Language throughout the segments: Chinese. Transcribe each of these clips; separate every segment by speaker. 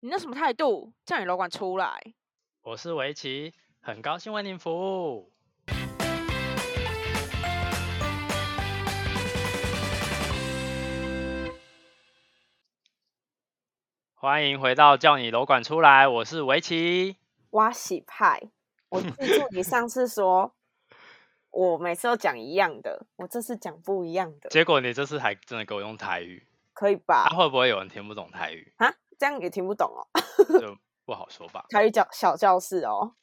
Speaker 1: 你那什么态度？叫你楼管出来！
Speaker 2: 我是围棋，很高兴为您服务。欢迎回到叫你楼管出来，我是围棋。
Speaker 3: 挖洗派，我记住你上次说，我每次都讲一样的，我这次讲不一样的，
Speaker 2: 结果你这次还真的给我用台语，
Speaker 3: 可以
Speaker 2: 啊、
Speaker 3: 吧？？
Speaker 2: 会不会有人听不懂台语
Speaker 3: 啊，这样也听不懂哦。
Speaker 2: 就不好说吧。
Speaker 3: 台语教小教室哦，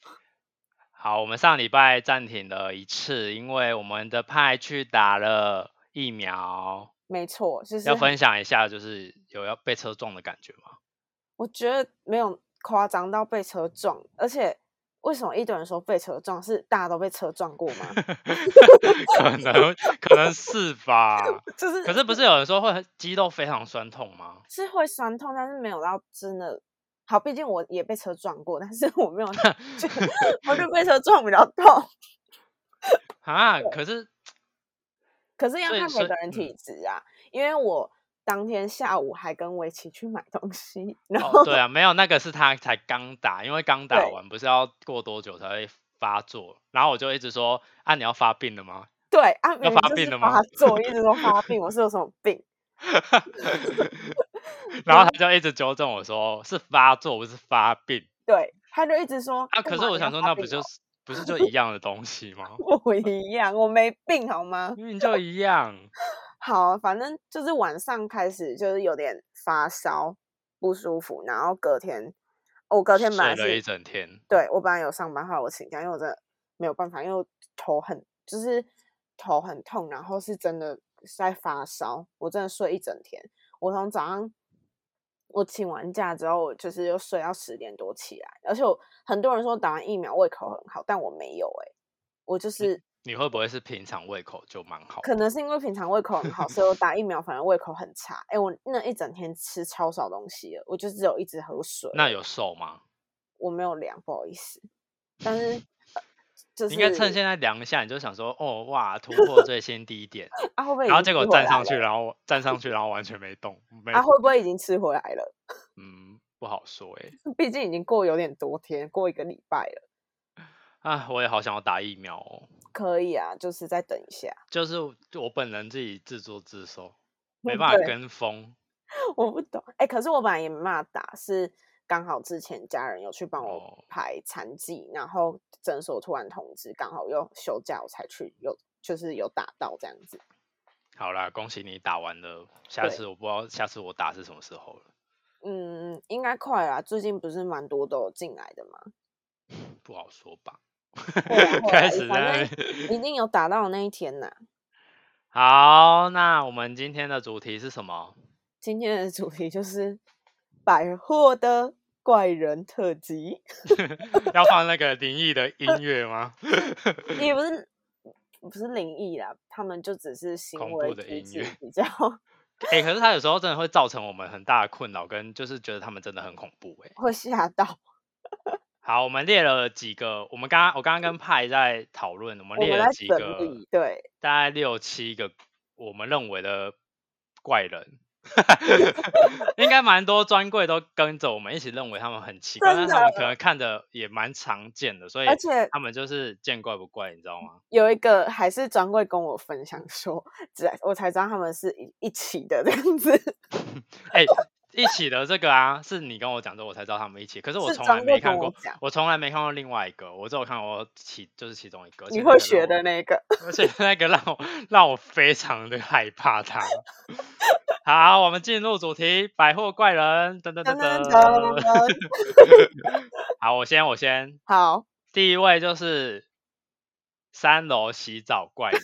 Speaker 2: 好，我们上礼拜暂停了一次，因为我们的派去打了疫苗。
Speaker 3: 没错，就是
Speaker 2: 要分享一下，就是有要被车撞的感觉吗？
Speaker 3: 我觉得没有夸张到被车撞，而且为什么一堆人说被车撞是大家都被车撞过吗？
Speaker 2: 可能可能是吧。
Speaker 3: 就是
Speaker 2: 可是不是有人说会肌肉非常酸痛吗？
Speaker 3: 是会酸痛，但是没有到真的好，毕竟我也被车撞过，但是我没有 就，我就被车撞比较痛。
Speaker 2: 啊，可是
Speaker 3: 可是要
Speaker 2: 所以
Speaker 3: 看
Speaker 2: 所
Speaker 3: 每
Speaker 2: 以
Speaker 3: 个人
Speaker 2: 嗯
Speaker 3: 体质啊，因为我当天下午还跟围棋去买东西，然后、
Speaker 2: 哦，对啊，没有那个是他才刚打，因为刚打
Speaker 3: 对
Speaker 2: 完不是要过多久才会发作，然后我就一直说啊，你要发病了吗？
Speaker 3: 对啊，明明
Speaker 2: 发
Speaker 3: 就是
Speaker 2: 病了吗
Speaker 3: 发作，一直 说发病，我是有什么病？
Speaker 2: 然后他就一直纠正我说是发作不是发病
Speaker 3: 对，他就一直说
Speaker 2: 啊，可
Speaker 3: 干
Speaker 2: 是
Speaker 3: 嘛
Speaker 2: 我
Speaker 3: 你
Speaker 2: 想
Speaker 3: 要
Speaker 2: 说
Speaker 3: 发
Speaker 2: 那不
Speaker 3: 病
Speaker 2: 就
Speaker 3: 哦
Speaker 2: 是不是就一样的东西吗？
Speaker 3: 我一样，我没病好吗？
Speaker 2: 明明就 一样。
Speaker 3: 好，反正就是晚上开始就是有点发烧不舒服，然后隔天我隔天本
Speaker 2: 睡
Speaker 3: 来
Speaker 2: 了一
Speaker 3: 是
Speaker 2: 整天，
Speaker 3: 对我本来有上班，后来我请假，因为我真的没有办法，因为我头很就是头很痛，然后是真的是在发烧，我真的睡一整天，我从早上我请完假之后，我就是又睡到十点多起来，而且我很多人说打完疫苗胃口很好，但我没有诶、我
Speaker 2: 嗯
Speaker 3: 就是
Speaker 2: 你会不会是平常胃口就蛮好？
Speaker 3: 可能是因为平常胃口很好，所以我打疫苗反而胃口很差。哎、我那一整天吃超少东西了，我就只有一直喝水。
Speaker 2: 那有瘦吗？
Speaker 3: 我没有量，不好意思。但 是、呃就
Speaker 2: 你
Speaker 3: 是
Speaker 2: 应该趁现在量一下，你就想说，哦哇，突破最先 低点，
Speaker 3: 啊，会不会已
Speaker 2: 然后
Speaker 3: 经
Speaker 2: 结
Speaker 3: 吃
Speaker 2: 果
Speaker 3: 回
Speaker 2: 站
Speaker 3: 来
Speaker 2: 上去，
Speaker 3: 了
Speaker 2: 然后站上去，然后完全没动，没，
Speaker 3: 啊？会不会已经吃回来了？
Speaker 2: 嗯，不好说哎、
Speaker 3: 毕竟已经过有点多天，过一个礼拜了。
Speaker 2: 啊，我也好想要打疫苗哦，
Speaker 3: 可以啊，就是再等一下。
Speaker 2: 就是我本人自己自作自受，没
Speaker 3: 嗯
Speaker 2: 办法
Speaker 3: 对
Speaker 2: 跟风。
Speaker 3: 我不懂，哎、可是我本来也没办法打，是刚好之前家人有去帮
Speaker 2: 哦
Speaker 3: 我排残疾，然后诊所突然通知，刚好又休假，我才去，有就是有打到这样子。
Speaker 2: 好啦，恭喜你打完了，下
Speaker 3: 对
Speaker 2: 次我不知道下次我打是什么时候了，
Speaker 3: 嗯，应该快啦，最近不是蛮多都有进来 的嘛，
Speaker 2: 不好说吧。
Speaker 3: 啊会啊
Speaker 2: 开始在
Speaker 3: 反
Speaker 2: 那
Speaker 3: 正
Speaker 2: 边
Speaker 3: 一定有打到的那一天呐。
Speaker 2: 好，那我们今天的主题是什么？
Speaker 3: 今天的主题就是百货的怪人特辑，
Speaker 2: 要放那个灵异的音乐吗？
Speaker 3: 也不是不是灵异啦，他们就只是行
Speaker 2: 恐
Speaker 3: 为
Speaker 2: 怖的
Speaker 3: 举
Speaker 2: 音
Speaker 3: 止
Speaker 2: 乐
Speaker 3: 比 较
Speaker 2: 哎、可是他有时候真的会造成我们很大的困扰，跟就是觉得他们真的很恐怖哎、
Speaker 3: 会吓到。
Speaker 2: 好，我们列了几个，我们刚刚我刚刚跟派在讨论，我们
Speaker 3: 我
Speaker 2: 列
Speaker 3: 们
Speaker 2: 了
Speaker 3: 在
Speaker 2: 几
Speaker 3: 整
Speaker 2: 个，
Speaker 3: 理，对，
Speaker 2: 大概六七个我们认为的怪 人，应该蛮多专柜都跟着我们一起认为他们很奇怪，
Speaker 3: 真
Speaker 2: 但是他们
Speaker 3: 的
Speaker 2: 可能看的也蛮常见的，所以
Speaker 3: 而且
Speaker 2: 他们就是见怪不怪，你知道吗？
Speaker 3: 有一个还是专柜跟我分享说，只我才知道他们是一一起的这样子，
Speaker 2: 哎、一起的这个啊，是你跟我讲之后我才知道他们一起，可是我
Speaker 3: 是
Speaker 2: 从来
Speaker 3: 专柜
Speaker 2: 没
Speaker 3: 跟
Speaker 2: 看
Speaker 3: 我
Speaker 2: 过，
Speaker 3: 讲，
Speaker 2: 我从来没看过另外一个，我只有看过其就是其中一个。而
Speaker 3: 你
Speaker 2: 且
Speaker 3: 会
Speaker 2: 那个
Speaker 3: 学
Speaker 2: 让
Speaker 3: 的
Speaker 2: 我，
Speaker 3: 那个，
Speaker 2: 而且那个让我让我非常的害怕它。好，我们进入主题，百货怪人，噔噔
Speaker 3: 噔
Speaker 2: 噔
Speaker 3: 噔
Speaker 2: 噔。
Speaker 3: 噔，
Speaker 2: 好，我先我先，
Speaker 3: 好，
Speaker 2: 第一位就是三楼洗澡怪人，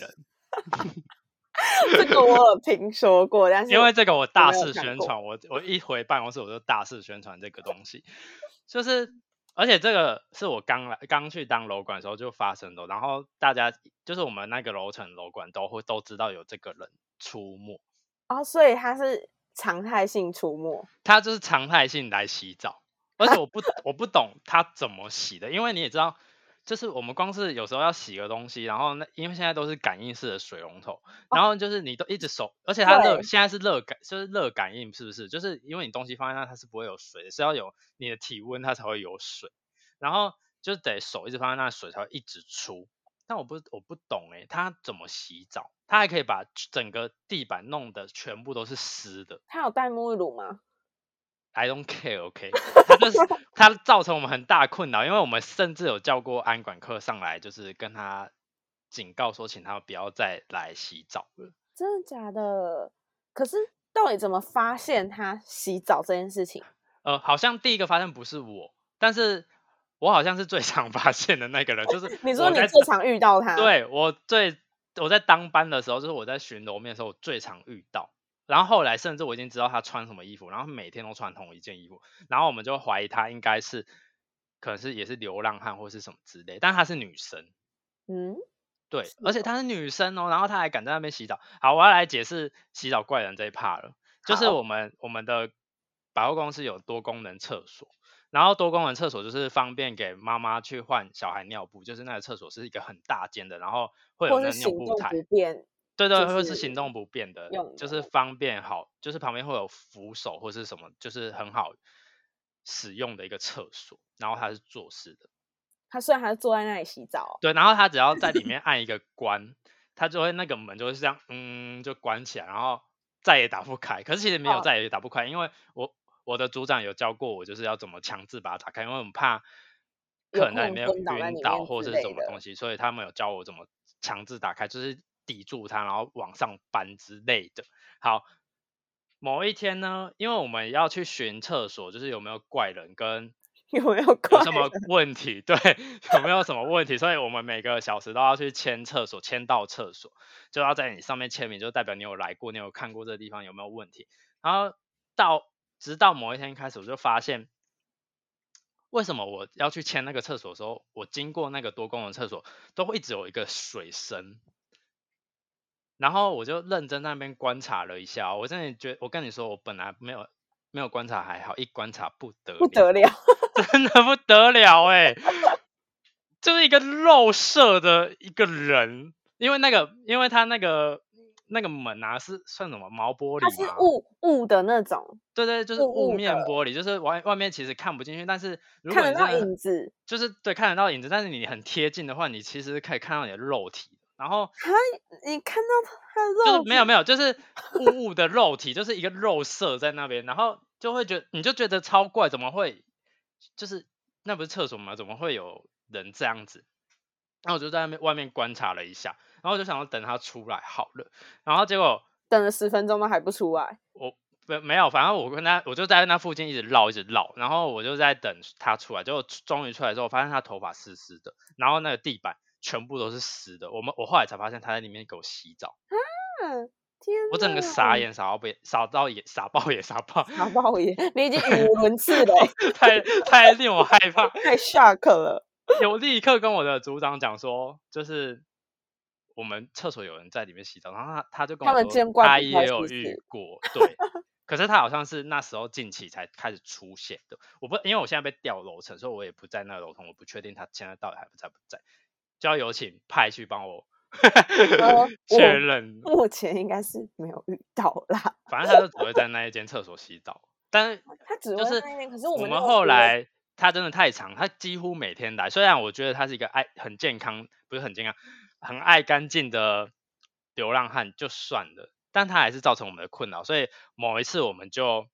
Speaker 3: 这个我有听说过，但是
Speaker 2: 因为这个我大
Speaker 3: 没有
Speaker 2: 肆
Speaker 3: 看
Speaker 2: 宣
Speaker 3: 过
Speaker 2: 传，我我一回办公室我就大肆宣传这个东西，就是而且这个是我刚来刚去当楼管的时候就发生的，然后大家就是我们那个楼层楼管都会都知道有这个人出没，
Speaker 3: 哦，所以它是常态性出没，
Speaker 2: 他就是常态性来洗澡，而且我不我不懂他怎么洗的，因为你也知道就是我们光是有时候要洗个东西，然后那因为现在都是感应式的水龙头，然后就是你都一直手，而且它热现在是热感，就是热感应，是不是？就是因为你东西放在那，它是不会有水的，是要有你的体温它才会有水，然后就得手一直放在那，水才会一直出。但我不我不懂哎、它怎么洗澡？它还可以把整个地板弄得全部都是湿的。
Speaker 3: 他有带沐浴乳吗？
Speaker 2: I don't care, OK？它就是它造成我们很大困扰，因为我们甚至有叫过安管课上来，就是跟他警告说，请他不要再来洗澡了。
Speaker 3: 真的假的？可是到底怎么发现他洗澡这件事情？
Speaker 2: 呃，好像第一个发现不是我，但是我好像是最 常发现的那个人，就是
Speaker 3: 你说
Speaker 2: 我
Speaker 3: 你
Speaker 2: 在
Speaker 3: 最常遇到他？，
Speaker 2: 对我最我在当班的时候，就是我在巡楼面的时候，我最常遇到。然后后来甚至我已经知道他穿什么衣服，然后每天都穿同一件衣服，然后我们就怀疑他应该是可能是也是流浪汉或是什么之类，但她是女生，
Speaker 3: 嗯，
Speaker 2: 对
Speaker 3: 是，
Speaker 2: 而且她是女生哦，然后她还敢在那边洗澡。好，我要来解释洗澡怪人这一 part 了，就是
Speaker 3: 好
Speaker 2: 我们我们的百货公司有多功能厕所，然后多功能厕所就是方便给妈妈去换小孩尿布，就是那个厕所是一个很大间的，然后会有
Speaker 3: 或
Speaker 2: 那
Speaker 3: 是
Speaker 2: 个尿
Speaker 3: 行
Speaker 2: 布
Speaker 3: 动
Speaker 2: 台，
Speaker 3: 不便，
Speaker 2: 对对，
Speaker 3: 就
Speaker 2: 或是
Speaker 3: 是
Speaker 2: 行动不便的
Speaker 3: 用，
Speaker 2: 就
Speaker 3: 的哦
Speaker 2: 是方便好，就是旁边会有扶手或是什么，就是很好使用的一个厕所，然后它是坐式的。
Speaker 3: 他虽然还是坐在那里洗澡，
Speaker 2: 对，然后他只要在里面按一个关，他就会那个门就会是这样，嗯，就关起来，然后再也打不开。可是其实没有
Speaker 3: 哦
Speaker 2: 再也打不开，因为我我的组长有教过我，就是要怎么强制把它打开，因为我们怕
Speaker 3: 有
Speaker 2: 客人在里
Speaker 3: 空
Speaker 2: 面
Speaker 3: 昏倒在
Speaker 2: 晕
Speaker 3: 里
Speaker 2: 倒
Speaker 3: 面
Speaker 2: 或
Speaker 3: 之
Speaker 2: 者是什
Speaker 3: 类
Speaker 2: 么东
Speaker 3: 的
Speaker 2: 西，所以他们有教我怎么强制打开，就是抵住它，然后往上搬之类的。好，某一天呢，因为我们要去巡厕所，就是有没有怪人跟
Speaker 3: 有没有
Speaker 2: 有
Speaker 3: 怪
Speaker 2: 什么 问题？ 对，有没有什么问题？所以我们每个小时都要去签厕所，签到厕所就要在你上面签名，就代表你有来过，你有看过这个地方有没有问题。然后到直到某一天开始，我就发现为什么我要去签那个厕所的时候，我经过那个多功能厕所都会一直有一个水声。然后我就认真在那边观察了一下哦，我真的觉我跟你说，我本来没有没有观察还好，一观察不得
Speaker 3: 不
Speaker 2: 了
Speaker 3: 得了？
Speaker 2: 真的不得了哎、就是一个肉色的一个人，因为那个，因为他那个那个门啊是算什么毛玻璃
Speaker 3: 他是
Speaker 2: 吗？
Speaker 3: 雾雾的那种，
Speaker 2: 对对，就是
Speaker 3: 雾雾
Speaker 2: 雾面
Speaker 3: 的
Speaker 2: 玻璃，就是外外面其实看不进去，但是如果
Speaker 3: 看
Speaker 2: 你
Speaker 3: 得到
Speaker 2: 真的
Speaker 3: 影子，
Speaker 2: 就是对看得到影子，但是你很贴近的话，你其实可以看到你的肉体，然后
Speaker 3: 你看到他的
Speaker 2: 就
Speaker 3: 肉
Speaker 2: 是没有没有，就是雾雾的肉体，就是一个肉色在那边，然后就会觉得你就觉得超怪，怎么会？就是那不是厕所吗？怎么会有人这样子？然后我就在那边外面观察了一下，然后我就想要等他出来好了，然后结果
Speaker 3: 等了十分钟都还不出来，
Speaker 2: 没没有，反正我跟他，我就在那附近一直绕，一直绕，然后我就在等他出来，结果终于出来之后，我发现他头发湿湿的，然后那个地板全部都是湿的，我们我后来才发现他在里面给我洗澡。
Speaker 3: 嗯，天哪，
Speaker 2: 我整个傻，眼，傻到被傻到也傻爆也傻爆，
Speaker 3: 傻爆眼，你已经语 无伦次了欸，
Speaker 2: 太太令我害怕。
Speaker 3: 太 shock 了，
Speaker 2: 有立刻跟我的组长讲说，就是我们厕所有人在里面洗澡，然后他他就跟
Speaker 3: 他
Speaker 2: 我
Speaker 3: 们见
Speaker 2: 说，
Speaker 3: 怪
Speaker 2: 他
Speaker 3: 不
Speaker 2: 也
Speaker 3: 怪
Speaker 2: 有
Speaker 3: 是不
Speaker 2: 遇
Speaker 3: 是
Speaker 2: 过，对。可是他好像是那时候近期才开始出现的，我不因为我现在被调楼层，所以我也不在那个楼层，我不确定他现在到底还不在不在，就要有请派去帮我
Speaker 3: 哦 我
Speaker 2: 确认。
Speaker 3: 目前应该是没有遇到啦，
Speaker 2: 反正他就只会在那一间厕所洗澡，但是
Speaker 3: 他只会
Speaker 2: 就
Speaker 3: 在
Speaker 2: 是
Speaker 3: 那边，可是我
Speaker 2: 们
Speaker 3: 那个
Speaker 2: 后
Speaker 3: 时候
Speaker 2: 来他真的太长，他几乎每天来。虽然我觉得他是一个爱很健康，不是很健康，很爱干净的流浪汉就算了，但他还是造成我们的困扰。所以某一次我们就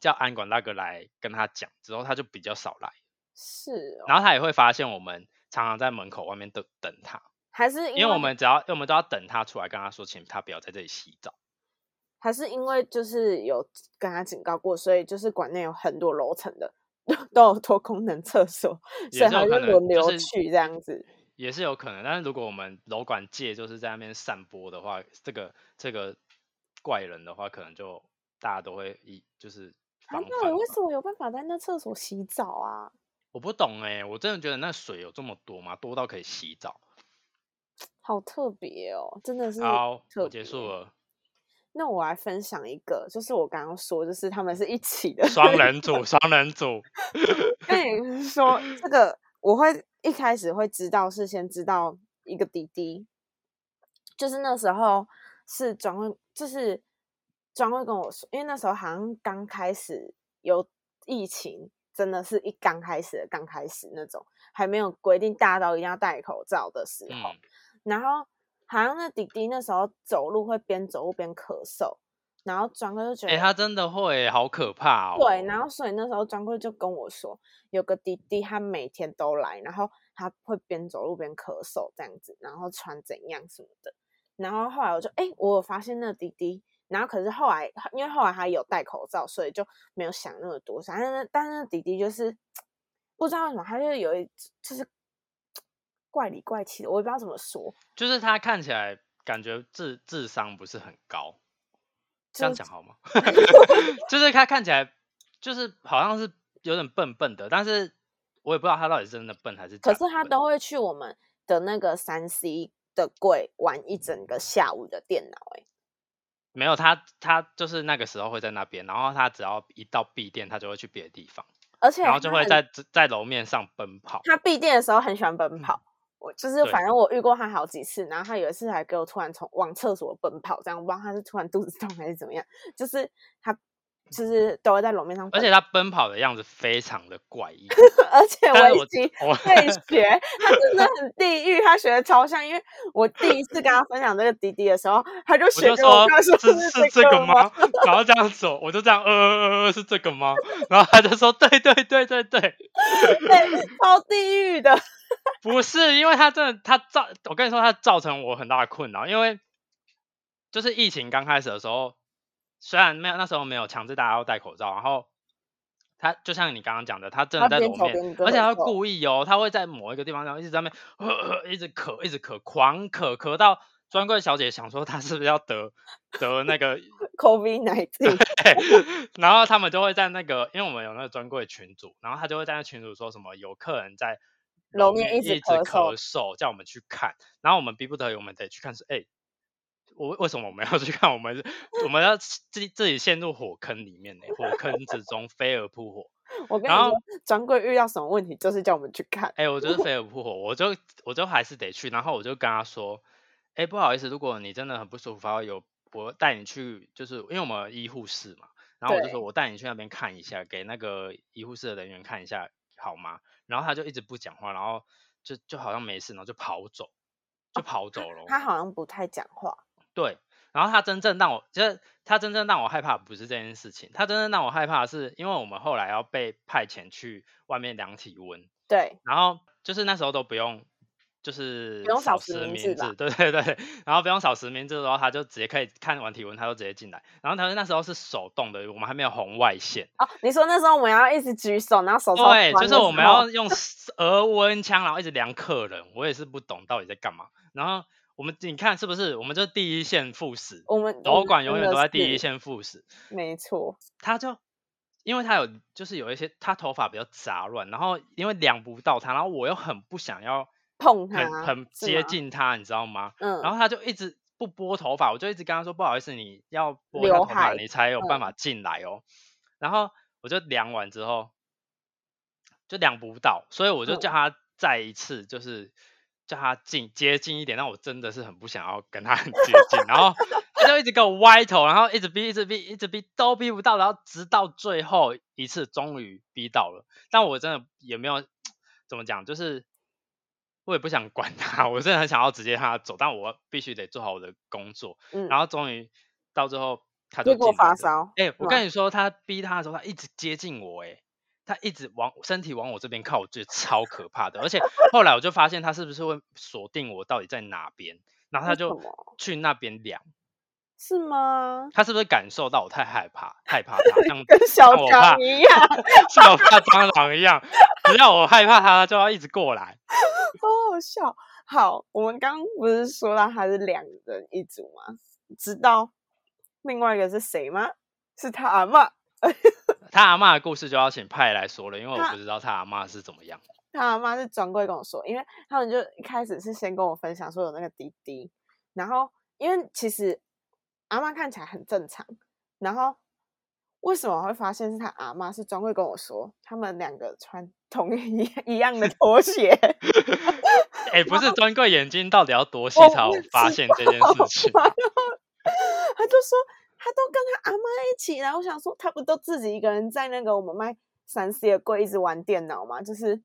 Speaker 2: 叫安管大哥来跟他讲，之后他就比较少来，
Speaker 3: 是哦，
Speaker 2: 然后他也会发现我们常常在门口外面等等他，
Speaker 3: 还是
Speaker 2: 因为我们只要我们都要等他出来，跟他说，请他不要在这里洗澡。
Speaker 3: 还是因为就是有跟他警告过，所以就是馆内有很多楼层的 都有多功能厕所，所
Speaker 2: 也
Speaker 3: 以
Speaker 2: 是
Speaker 3: 他
Speaker 2: 有可能
Speaker 3: 轮
Speaker 2: 就
Speaker 3: 流
Speaker 2: 是
Speaker 3: 去这样子。
Speaker 2: 也是有可能，但是如果我们楼管界就是在那边散播的话，这个这个怪人的话，可能就大家都会一就是
Speaker 3: 啊，
Speaker 2: 防
Speaker 3: 那
Speaker 2: 范
Speaker 3: 我为
Speaker 2: 吧
Speaker 3: 什么有办法在那厕所洗澡啊？
Speaker 2: 我不懂哎、我真的觉得那水有这么多吗？多到可以洗澡？
Speaker 3: 好特别哦，真的是。
Speaker 2: 好，
Speaker 3: 特
Speaker 2: 我结束
Speaker 3: 别
Speaker 2: 了，
Speaker 3: 那我来分享一个，就是我刚刚说，就是他们是一起的。
Speaker 2: 双人组，双人组，
Speaker 3: 跟你说，这个我会一开始会知道是先知道一个滴滴，就是那时候是专柜，就是专柜跟我说，因为那时候好像刚开始有疫情，真的是一刚开始的刚开始那种，还没有规定大家都一定要戴口罩的时候，
Speaker 2: 嗯，
Speaker 3: 然后好像那弟弟那时候走路会边走路边咳嗽，然后专柜就觉
Speaker 2: 哎、
Speaker 3: 得、
Speaker 2: 他真的会，好可怕哦。
Speaker 3: 对，然后所以那时候专柜就跟我说，有个弟弟他每天都来，然后他会边走路边咳嗽这样子，然后穿怎样什么的。然后后来我就哎、诶我有发现那个弟弟，然后可是后来因为后来他有戴口罩，所以就没有想那么多。反正那但是那弟弟就是不知道为什么，他就是有一就是怪里怪气的，我也不知道怎么说。
Speaker 2: 就是他看起来感觉智智商不是很高，这样
Speaker 3: 就
Speaker 2: 讲好 吗？ 就是他看起来就是好像是有点笨笨的，但是我也不知道他到底是真的笨还是假
Speaker 3: 可
Speaker 2: 的
Speaker 3: 是
Speaker 2: 笨。
Speaker 3: 他都会去我们的那个三 C 的柜玩一整个下午的电脑、欸，
Speaker 2: 没有他，他就是那个时候会在那边，然后他只要一到闭店，他就会去别的地方，
Speaker 3: 而且
Speaker 2: 然后就
Speaker 3: 他
Speaker 2: 会
Speaker 3: 很
Speaker 2: 在在楼面上奔跑。
Speaker 3: 他闭店的时候很喜欢奔跑。我就是，
Speaker 2: 嗯对
Speaker 3: 反正我遇过他好几次，然后他有一次还给我突然从往厕所奔跑，这样我不知道他是突然肚子痛还是怎么样，就是他就是都会在楼面上
Speaker 2: 嗯而
Speaker 3: 奔
Speaker 2: 且他奔跑的样子非常的 怪异，
Speaker 3: 跑，而且
Speaker 2: 但是
Speaker 3: 我
Speaker 2: 我
Speaker 3: 已经
Speaker 2: 我
Speaker 3: 会学，他真的很地狱，他学的超像。因为我第一次跟他分享这个滴滴的时候，他就
Speaker 2: 我
Speaker 3: 学
Speaker 2: 就
Speaker 3: 给我
Speaker 2: 说
Speaker 3: 看说
Speaker 2: 是
Speaker 3: 是
Speaker 2: 是这个
Speaker 3: 吗？
Speaker 2: 吗？ 然后这样走，我就这样呃呃呃呃是这个吗？然后他就说对对对对对，
Speaker 3: 对，超地狱的。
Speaker 2: 不是，因为他真的他造，我跟你说他造成我很大的困扰，因为就是疫情刚开始的时候，虽然没有那时候没有强制大家要戴口罩，然后他就像你刚刚讲的，他真的
Speaker 3: 他
Speaker 2: 在
Speaker 3: 边
Speaker 2: 楼
Speaker 3: 走
Speaker 2: 面，
Speaker 3: 边
Speaker 2: 而且他会
Speaker 3: 咳嗽
Speaker 2: 故意哦，他会在某一个地方然后一直在那边呵呵一直咳，一直咳，狂咳咳到专柜小姐想说他是不是要得得那个
Speaker 3: COVID 19，
Speaker 2: 然后他们就会在那个，因为我们有那个专柜群组，然后他就会在那群组说什么有客人在
Speaker 3: 楼
Speaker 2: 楼
Speaker 3: 面
Speaker 2: 面
Speaker 3: 一直
Speaker 2: 直
Speaker 3: 咳
Speaker 2: 咳嗽，叫我们去看，然后我们逼不得已，我们得去看说，哎、我为什么我们要去看？我们是我们要自己自己陷入火坑里面呢、火坑之中，飞蛾扑火。
Speaker 3: 我跟你
Speaker 2: 然后
Speaker 3: 说，专柜遇到什么问题，就是叫我们去看。
Speaker 2: 哎、我就是飞蛾扑火，我就我就还是得去，然后我就跟他说，哎、不好意思，如果你真的很不舒服，然后有我带你去，就是因为我们有医护室嘛，然后我就说我带你去那边看一下，给那个医护室的人员看一下好吗？然后他就一直不讲话，然后就就好像没事，然后就跑走，就跑走了。
Speaker 3: 他好像不太讲话，
Speaker 2: 对，然后他真正让我，就是他真正让我害怕不是这件事情，他真正让我害怕的是因为我们后来要被派遣去外面量体温。
Speaker 3: 对，
Speaker 2: 然后就是那时候都不用，就是
Speaker 3: 不用扫实
Speaker 2: 实
Speaker 3: 名制
Speaker 2: 名
Speaker 3: 吧
Speaker 2: 制，对对对，然后不用扫实名制的时候，他就直接可以看完体温，他就直接进来。然后他那时候是手动的，我们还没有红外线，
Speaker 3: 哦，你说那时候我们要一直举手，然后手超
Speaker 2: 对，
Speaker 3: 酸
Speaker 2: 就是
Speaker 3: 的
Speaker 2: 我
Speaker 3: 时
Speaker 2: 们
Speaker 3: 候
Speaker 2: 要用 s- 额温枪，然后一直量客人，我也是不懂到底在干嘛。然后我们你看是不是，我们就是第一线赴死，
Speaker 3: 我们
Speaker 2: 楼管永远都在第一，
Speaker 3: 我们
Speaker 2: 线赴死，
Speaker 3: 真的是没错，
Speaker 2: 他就因为他有就是有一些他头发比较杂乱，然后因为量不到他，然后我又很不想要
Speaker 3: 碰他
Speaker 2: 很很
Speaker 3: 啊是
Speaker 2: 接
Speaker 3: 吗
Speaker 2: 近他，你知道吗？
Speaker 3: 嗯，
Speaker 2: 然后他就一直不拨头发，我就一直跟他说不好意思，你要拨一下
Speaker 3: 刘
Speaker 2: 头发，
Speaker 3: 海
Speaker 2: 你才有
Speaker 3: 嗯
Speaker 2: 办法进来哦。然后我就量完之后就量不到，所以我就
Speaker 3: 嗯
Speaker 2: 叫他再一次，就是叫他近接近一点。但我真的是很不想要跟他 很接近，然后他就一直给我歪头，然后一直逼，一直逼，一直逼，都逼不到，然后直到最后一次终于逼到了，但我真的也没有怎么讲，就是我也不想管他， 我真的很想要直接让他走，但我必须得做好我的工作。
Speaker 3: 嗯
Speaker 2: 然后终于到最后，他就
Speaker 3: 结果
Speaker 2: 进来
Speaker 3: 发
Speaker 2: 了。
Speaker 3: 烧，
Speaker 2: 哎、我
Speaker 3: 吗
Speaker 2: 跟你说，他逼他的时候，他一直接近我、哎，他一直往身体往我这边靠，我觉得超可怕的。而且后来我就发现他是不是会锁定我到底在哪边，然后他
Speaker 3: 为什
Speaker 2: 就
Speaker 3: 么
Speaker 2: 去那边量，
Speaker 3: 是 吗？
Speaker 2: 他是不是感受到我太害怕，害怕 他，像
Speaker 3: 跟小
Speaker 2: 像我怕
Speaker 3: 强一样，
Speaker 2: 像我怕蟑螂一样，只要我害怕他，他就要一直过来。
Speaker 3: 好好笑。好，我们刚不是说到他是两人一组吗？知道另外一个是谁吗？是他阿嬷，
Speaker 2: 他阿嬷的故事就要请派来说了，因为我
Speaker 3: 他
Speaker 2: 不知道他阿嬷是怎 么样。
Speaker 3: 他阿妈是专柜跟我说，因为他们就一开始是先跟我分享说有那个滴滴，然后因为其实阿妈看起来很正常，然后为什么我会发现是他阿妈？是专柜跟我说，他们两个穿同一 一样的拖鞋。
Speaker 2: 哎、不是专柜眼睛到底要多细
Speaker 3: 我
Speaker 2: 才有
Speaker 3: 不
Speaker 2: 发
Speaker 3: 知
Speaker 2: 现这件事
Speaker 3: 道
Speaker 2: 情？
Speaker 3: 然后他就说他都跟他阿妈一起然后我想说他不都自己一个人在那个我们卖三 C 的柜一直玩电脑吗？就是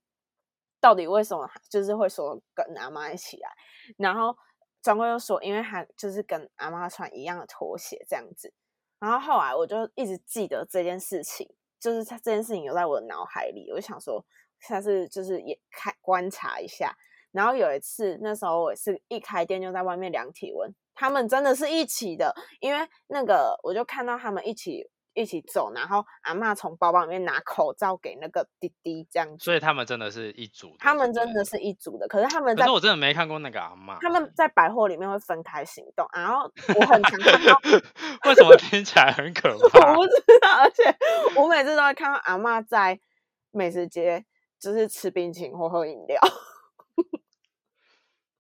Speaker 3: 到底为什么他就是会说跟阿妈一起来？然后专柜又说，因为他就是跟阿妈穿一样的拖鞋这样子。然后后来我就一直记得这件事情，就是他这件事情有在我的脑海里，我就想说下次就是也看观察一下。然后有一次，那时候我也是一开店就在外面量体温，他们真的是一起的，因为那个我就看到他们一起一起走，然后阿嬷从包包里面拿口罩给那个弟弟这样子，
Speaker 2: 所以他们真的是一组的，
Speaker 3: 他
Speaker 2: 对
Speaker 3: 们
Speaker 2: 不
Speaker 3: 真
Speaker 2: 对
Speaker 3: 的是一组的，可是他们
Speaker 2: 可
Speaker 3: 在
Speaker 2: 是我真的没看过那个阿妈。
Speaker 3: 他们在百货里面会分开行动，然 后我很常看到
Speaker 2: 为什么听起来很可怕
Speaker 3: 我？不知道，而且我每次都会看到阿嬷在美食街就是吃冰淇淋或喝饮料。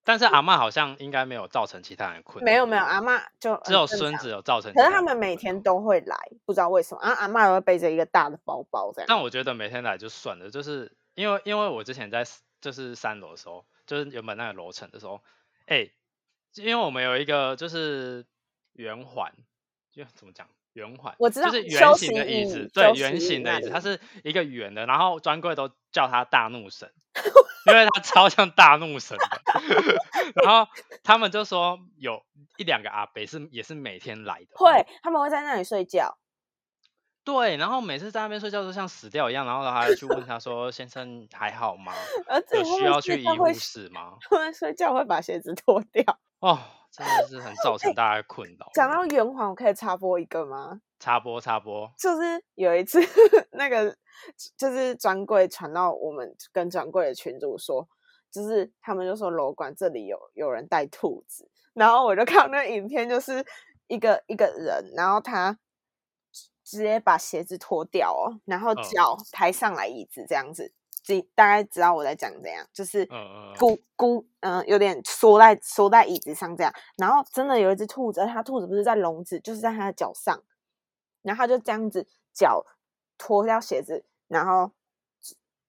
Speaker 2: 但是阿嬷好像应该没有造成其他人困扰。
Speaker 3: 没有没有，
Speaker 2: 对
Speaker 3: 阿
Speaker 2: 不
Speaker 3: 嬷就
Speaker 2: 对只有
Speaker 3: 很正
Speaker 2: 孙
Speaker 3: 常
Speaker 2: 子有造成。
Speaker 3: 可是他们每天，都会来，不知道为什么。然后阿嬷都会背着一个大的包包这样。
Speaker 2: 但我觉得每天来就算了，就是因为因为我之前在 s- 就是三楼的时候，就是原本那个楼层的时候，哎、因为我们有一个就是圆环，就怎么讲？圆环，
Speaker 3: 我知道
Speaker 2: 就是
Speaker 3: 休
Speaker 2: 圆形的
Speaker 3: 息
Speaker 2: 椅
Speaker 3: 椅
Speaker 2: 子，对，
Speaker 3: 休
Speaker 2: 圆
Speaker 3: 息椅
Speaker 2: 形的
Speaker 3: 那
Speaker 2: 椅子，
Speaker 3: 里
Speaker 2: 它是一个圆的，然后专柜都叫它大 怒神，因为它超像大怒神的。 然后他们就说有一两个阿伯是也是每天来的，
Speaker 3: 会，他们会在那里睡觉。
Speaker 2: 对，然后每次在那边睡觉都像死掉一样，然后他还去问他说：“先生还 好吗？
Speaker 3: 而且
Speaker 2: 有
Speaker 3: 他
Speaker 2: 需
Speaker 3: 们
Speaker 2: 要
Speaker 3: 睡
Speaker 2: 去医
Speaker 3: 觉会
Speaker 2: 务，室吗
Speaker 3: 他们睡觉会把鞋子脱掉。？”
Speaker 2: 哦，真的是很 造成大家困扰。
Speaker 3: 哎讲到圆环，我可以插播一个吗？
Speaker 2: 插播插播，
Speaker 3: 就是有一次 那个就是专柜传到我们跟专柜的群主说，就是他们就说楼管这里有有人带兔子，然后我就看到那个影片，就是一个一个人，然后他直接把鞋子脱掉哦，然后
Speaker 2: 嗯
Speaker 3: 脚抬上来椅子这样子，知大概知道我在讲怎样，就是
Speaker 2: 嗯 嗯嗯
Speaker 3: 咕咕，嗯、有点缩在缩在椅子上这样。然后真的有一只兔子，而且它兔子不是在笼子，就是在它的脚上，然后它就这样子脚脱掉鞋子，然后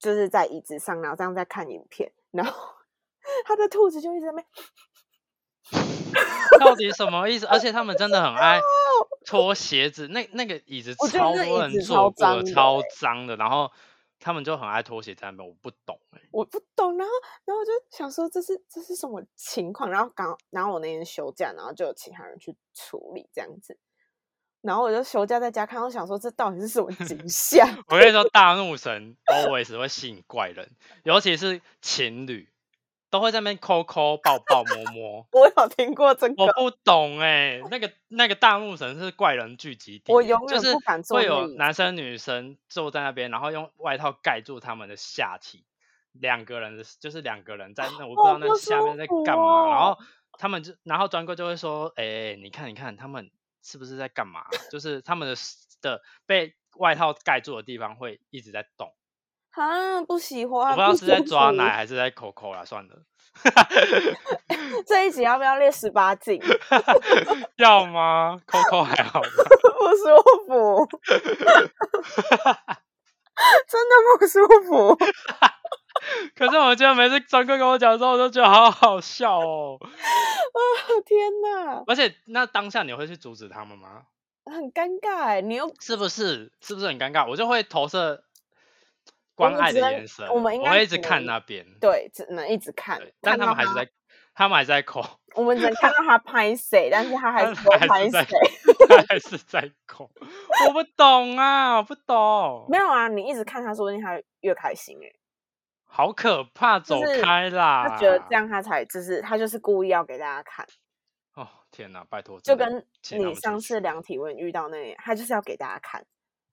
Speaker 3: 就就是在椅子上，然后这样在看影片，然后它的兔子就一直在那边
Speaker 2: 到底什么意思？而且他们真的 很爱脱鞋子，那那个椅子
Speaker 3: 我觉得
Speaker 2: 超
Speaker 3: 那
Speaker 2: 多
Speaker 3: 椅
Speaker 2: 人
Speaker 3: 子
Speaker 2: 坐
Speaker 3: 超
Speaker 2: 过的，
Speaker 3: 脏的
Speaker 2: 超
Speaker 3: 欸
Speaker 2: 脏的，然后他们就很爱脱鞋在那边，我不懂哎、
Speaker 3: 我不懂，然后然后我就想说这是这是什么情况，然后刚然后我那天休假，然后就有其他人去处理这样子，然后我就休假在家看，我想说这到底是什么景象？
Speaker 2: 我跟你说，大怒神 always 会吸引怪人，尤其是情侣，都会在那边抠抠、抱抱、摸摸。
Speaker 3: 我有听过这
Speaker 2: 我
Speaker 3: 个，
Speaker 2: 不懂哎、那个那个大怒神是怪人聚集地欸，
Speaker 3: 我永
Speaker 2: 就
Speaker 3: 远
Speaker 2: 是
Speaker 3: 不敢坐
Speaker 2: 会
Speaker 3: 那
Speaker 2: 有
Speaker 3: 椅
Speaker 2: 男生女生坐在那边，然后用外套盖住他们的下体，两个人的，就是两个人在那，我不知
Speaker 3: 好
Speaker 2: 道那
Speaker 3: 不
Speaker 2: 下
Speaker 3: 舒
Speaker 2: 面在
Speaker 3: 服
Speaker 2: 干嘛，然
Speaker 3: 哦
Speaker 2: 后他们就，然后专柜就会说，哎、你看你看他们是不是在干嘛？就是他们的 s- 的被外套盖住的地方会一直在动，
Speaker 3: 啊，不喜
Speaker 2: 我
Speaker 3: 欢，
Speaker 2: 不知道是在
Speaker 3: 舒
Speaker 2: 抓
Speaker 3: 服
Speaker 2: 奶。还是在口口啦，算了，
Speaker 3: 这一集要不要列十八禁？
Speaker 2: 要吗？扣扣还好吗？
Speaker 3: 不舒服，真的不舒服。
Speaker 2: 可是我觉得每次张哥跟我讲的时候，我都觉得好好笑哦。
Speaker 3: 天哪，
Speaker 2: 而且那当下你会去阻止他们吗？
Speaker 3: 很尴尬哎，你又
Speaker 2: 是不是？是不是很尴尬？我就会投射
Speaker 3: 我
Speaker 2: 关
Speaker 3: 们
Speaker 2: 爱
Speaker 3: 只
Speaker 2: 的
Speaker 3: 能
Speaker 2: 眼神，
Speaker 3: 我们应该
Speaker 2: 会一
Speaker 3: 只
Speaker 2: 直看
Speaker 3: 能
Speaker 2: 那边。
Speaker 3: 对，只能一直看
Speaker 2: 对，，但
Speaker 3: 看
Speaker 2: 他
Speaker 3: 到
Speaker 2: 们还是
Speaker 3: 他
Speaker 2: 在，他们还是在抠，
Speaker 3: 我们只能看到他拍谁，但是他还是
Speaker 2: 他们
Speaker 3: 不会
Speaker 2: 还
Speaker 3: 拍
Speaker 2: 是在
Speaker 3: 谁。
Speaker 2: 他还是在抠。我不懂啊，我不懂
Speaker 3: 没，有啊，你一直看他，说不定他越开心哎、
Speaker 2: 好可怕，走
Speaker 3: 就是
Speaker 2: 开啦！
Speaker 3: 他觉得这样他才就是他就是故意要给大家看，
Speaker 2: 哦，天哪，拜托，
Speaker 3: 就
Speaker 2: 真的
Speaker 3: 跟
Speaker 2: 请他
Speaker 3: 你
Speaker 2: 们出
Speaker 3: 上次
Speaker 2: 去
Speaker 3: 量体温遇到那样，他就是要给大家看。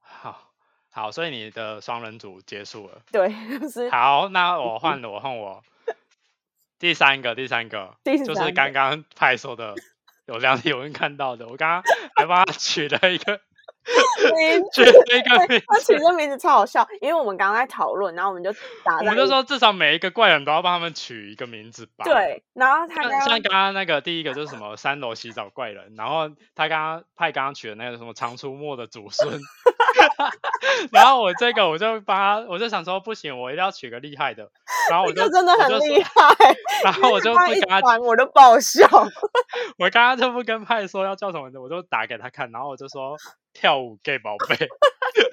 Speaker 2: 好好，所以你的双人组结束了。
Speaker 3: 对， 就是
Speaker 2: 好，那我换了，我换我。第三个，第三个，
Speaker 3: 第
Speaker 2: 就
Speaker 3: 三
Speaker 2: 是
Speaker 3: 个
Speaker 2: 刚刚派说的，有量体温看到的，我刚刚还帮他取了一 个，
Speaker 3: 名
Speaker 2: 取
Speaker 3: 字
Speaker 2: 了一 个名
Speaker 3: 他
Speaker 2: 字
Speaker 3: 取。这名字超好笑，因为我们刚刚在讨论，然后我们就打
Speaker 2: 我
Speaker 3: 在
Speaker 2: 们就说，至少每一个怪人都要帮他们取一个名字吧。，
Speaker 3: 对，然后他
Speaker 2: 像
Speaker 3: 刚
Speaker 2: 像
Speaker 3: 刚
Speaker 2: 刚刚那个第一个就是什么三楼洗澡怪人，然后他刚刚派刚刚取的那个什么常出没的祖孙， 然后我这个我就帮他，我就想说不行，我一定要取个厉害的。然后我
Speaker 3: 这
Speaker 2: 就
Speaker 3: 个真的
Speaker 2: 我
Speaker 3: 很
Speaker 2: 就说
Speaker 3: 厉害。
Speaker 2: 然 后我
Speaker 3: 因
Speaker 2: 就
Speaker 3: 为
Speaker 2: 不
Speaker 3: 他一
Speaker 2: 跟他，
Speaker 3: 传我都爆 笑。
Speaker 2: 我刚刚就不跟派说要叫什么的，我就打给他看，然后我就说跳舞 gay 宝贝，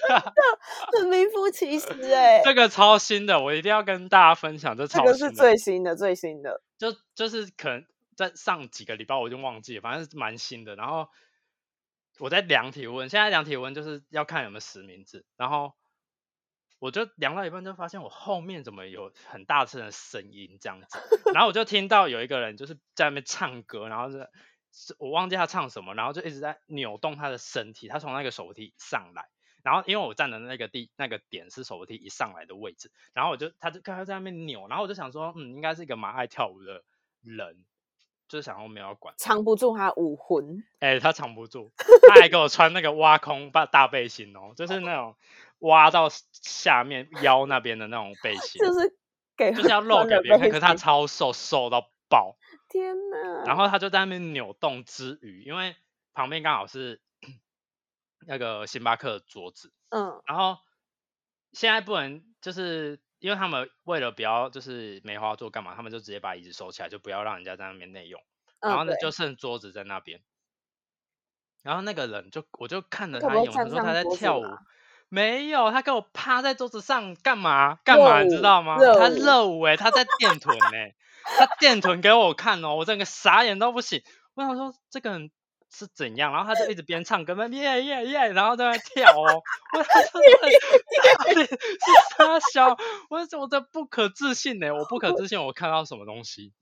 Speaker 3: 很名副其实哎、
Speaker 2: 这个超新的，我一定要跟大家分享，这
Speaker 3: 这
Speaker 2: 超
Speaker 3: 个
Speaker 2: 新
Speaker 3: 是
Speaker 2: 的
Speaker 3: 最新的，最新的。
Speaker 2: 就就是可能在上几个礼拜我就忘记了，反正是蛮新的。然后我在量体温，现在量体温就是要看有没有实名制。然后我就量到一半，就发现我后面怎么有很大声的声音这样子，然后我就听到有一个人就是在那边唱歌，然后是是我忘记他唱什么，然后就一直在扭动他的身体，他从那个手梯上来。然后因为我站的那个地那个点是手梯一上来的位置，然后我就他就看他在那边扭，然后我就想说，嗯，应该是一个蛮爱跳舞的人，就是想说没有要管，
Speaker 3: 藏不住他的武魂，
Speaker 2: 哎、他藏不住，他还给我穿那个挖空大大背心哦，就是那种挖到下面腰那边的那种 背心，
Speaker 3: 就是给
Speaker 2: 就是要露
Speaker 3: 穿
Speaker 2: 给
Speaker 3: 的
Speaker 2: 别人看，
Speaker 3: 背
Speaker 2: 可是他
Speaker 3: 心
Speaker 2: 超瘦，瘦到爆，
Speaker 3: 天哪！
Speaker 2: 然后他就在那边扭动之余，因为旁边刚好是 那个星巴克的桌子，
Speaker 3: 嗯，
Speaker 2: 然后现在不能，就是因为他们为了不要就是梅花座干嘛，他们就直接把椅子收起来，就不要让人家在那边内用。然后
Speaker 3: 嗯，
Speaker 2: 呢，
Speaker 3: 对，
Speaker 2: 就剩桌子在那边。然后那个人就我就看了
Speaker 3: 该
Speaker 2: 他
Speaker 3: 不
Speaker 2: 一
Speaker 3: 会
Speaker 2: 眼，我想
Speaker 3: 站
Speaker 2: 说他
Speaker 3: 上
Speaker 2: 在
Speaker 3: 桌子
Speaker 2: 跳舞
Speaker 3: 吧，
Speaker 2: 没有，他给我趴在桌子上干嘛干
Speaker 3: 热
Speaker 2: 嘛，你知
Speaker 3: 舞
Speaker 2: 道吗？
Speaker 3: 热
Speaker 2: 他
Speaker 3: 舞
Speaker 2: 热舞哎、他在电臀哎、他电臀给我看哦，我整个傻眼到不行。我想说这个人是怎样，然后他就一直边唱歌边耶耶耶，然后在那跳哦，我想说这个人到底是他小，我我的不可置信呢、我不可置信我看到什么东西，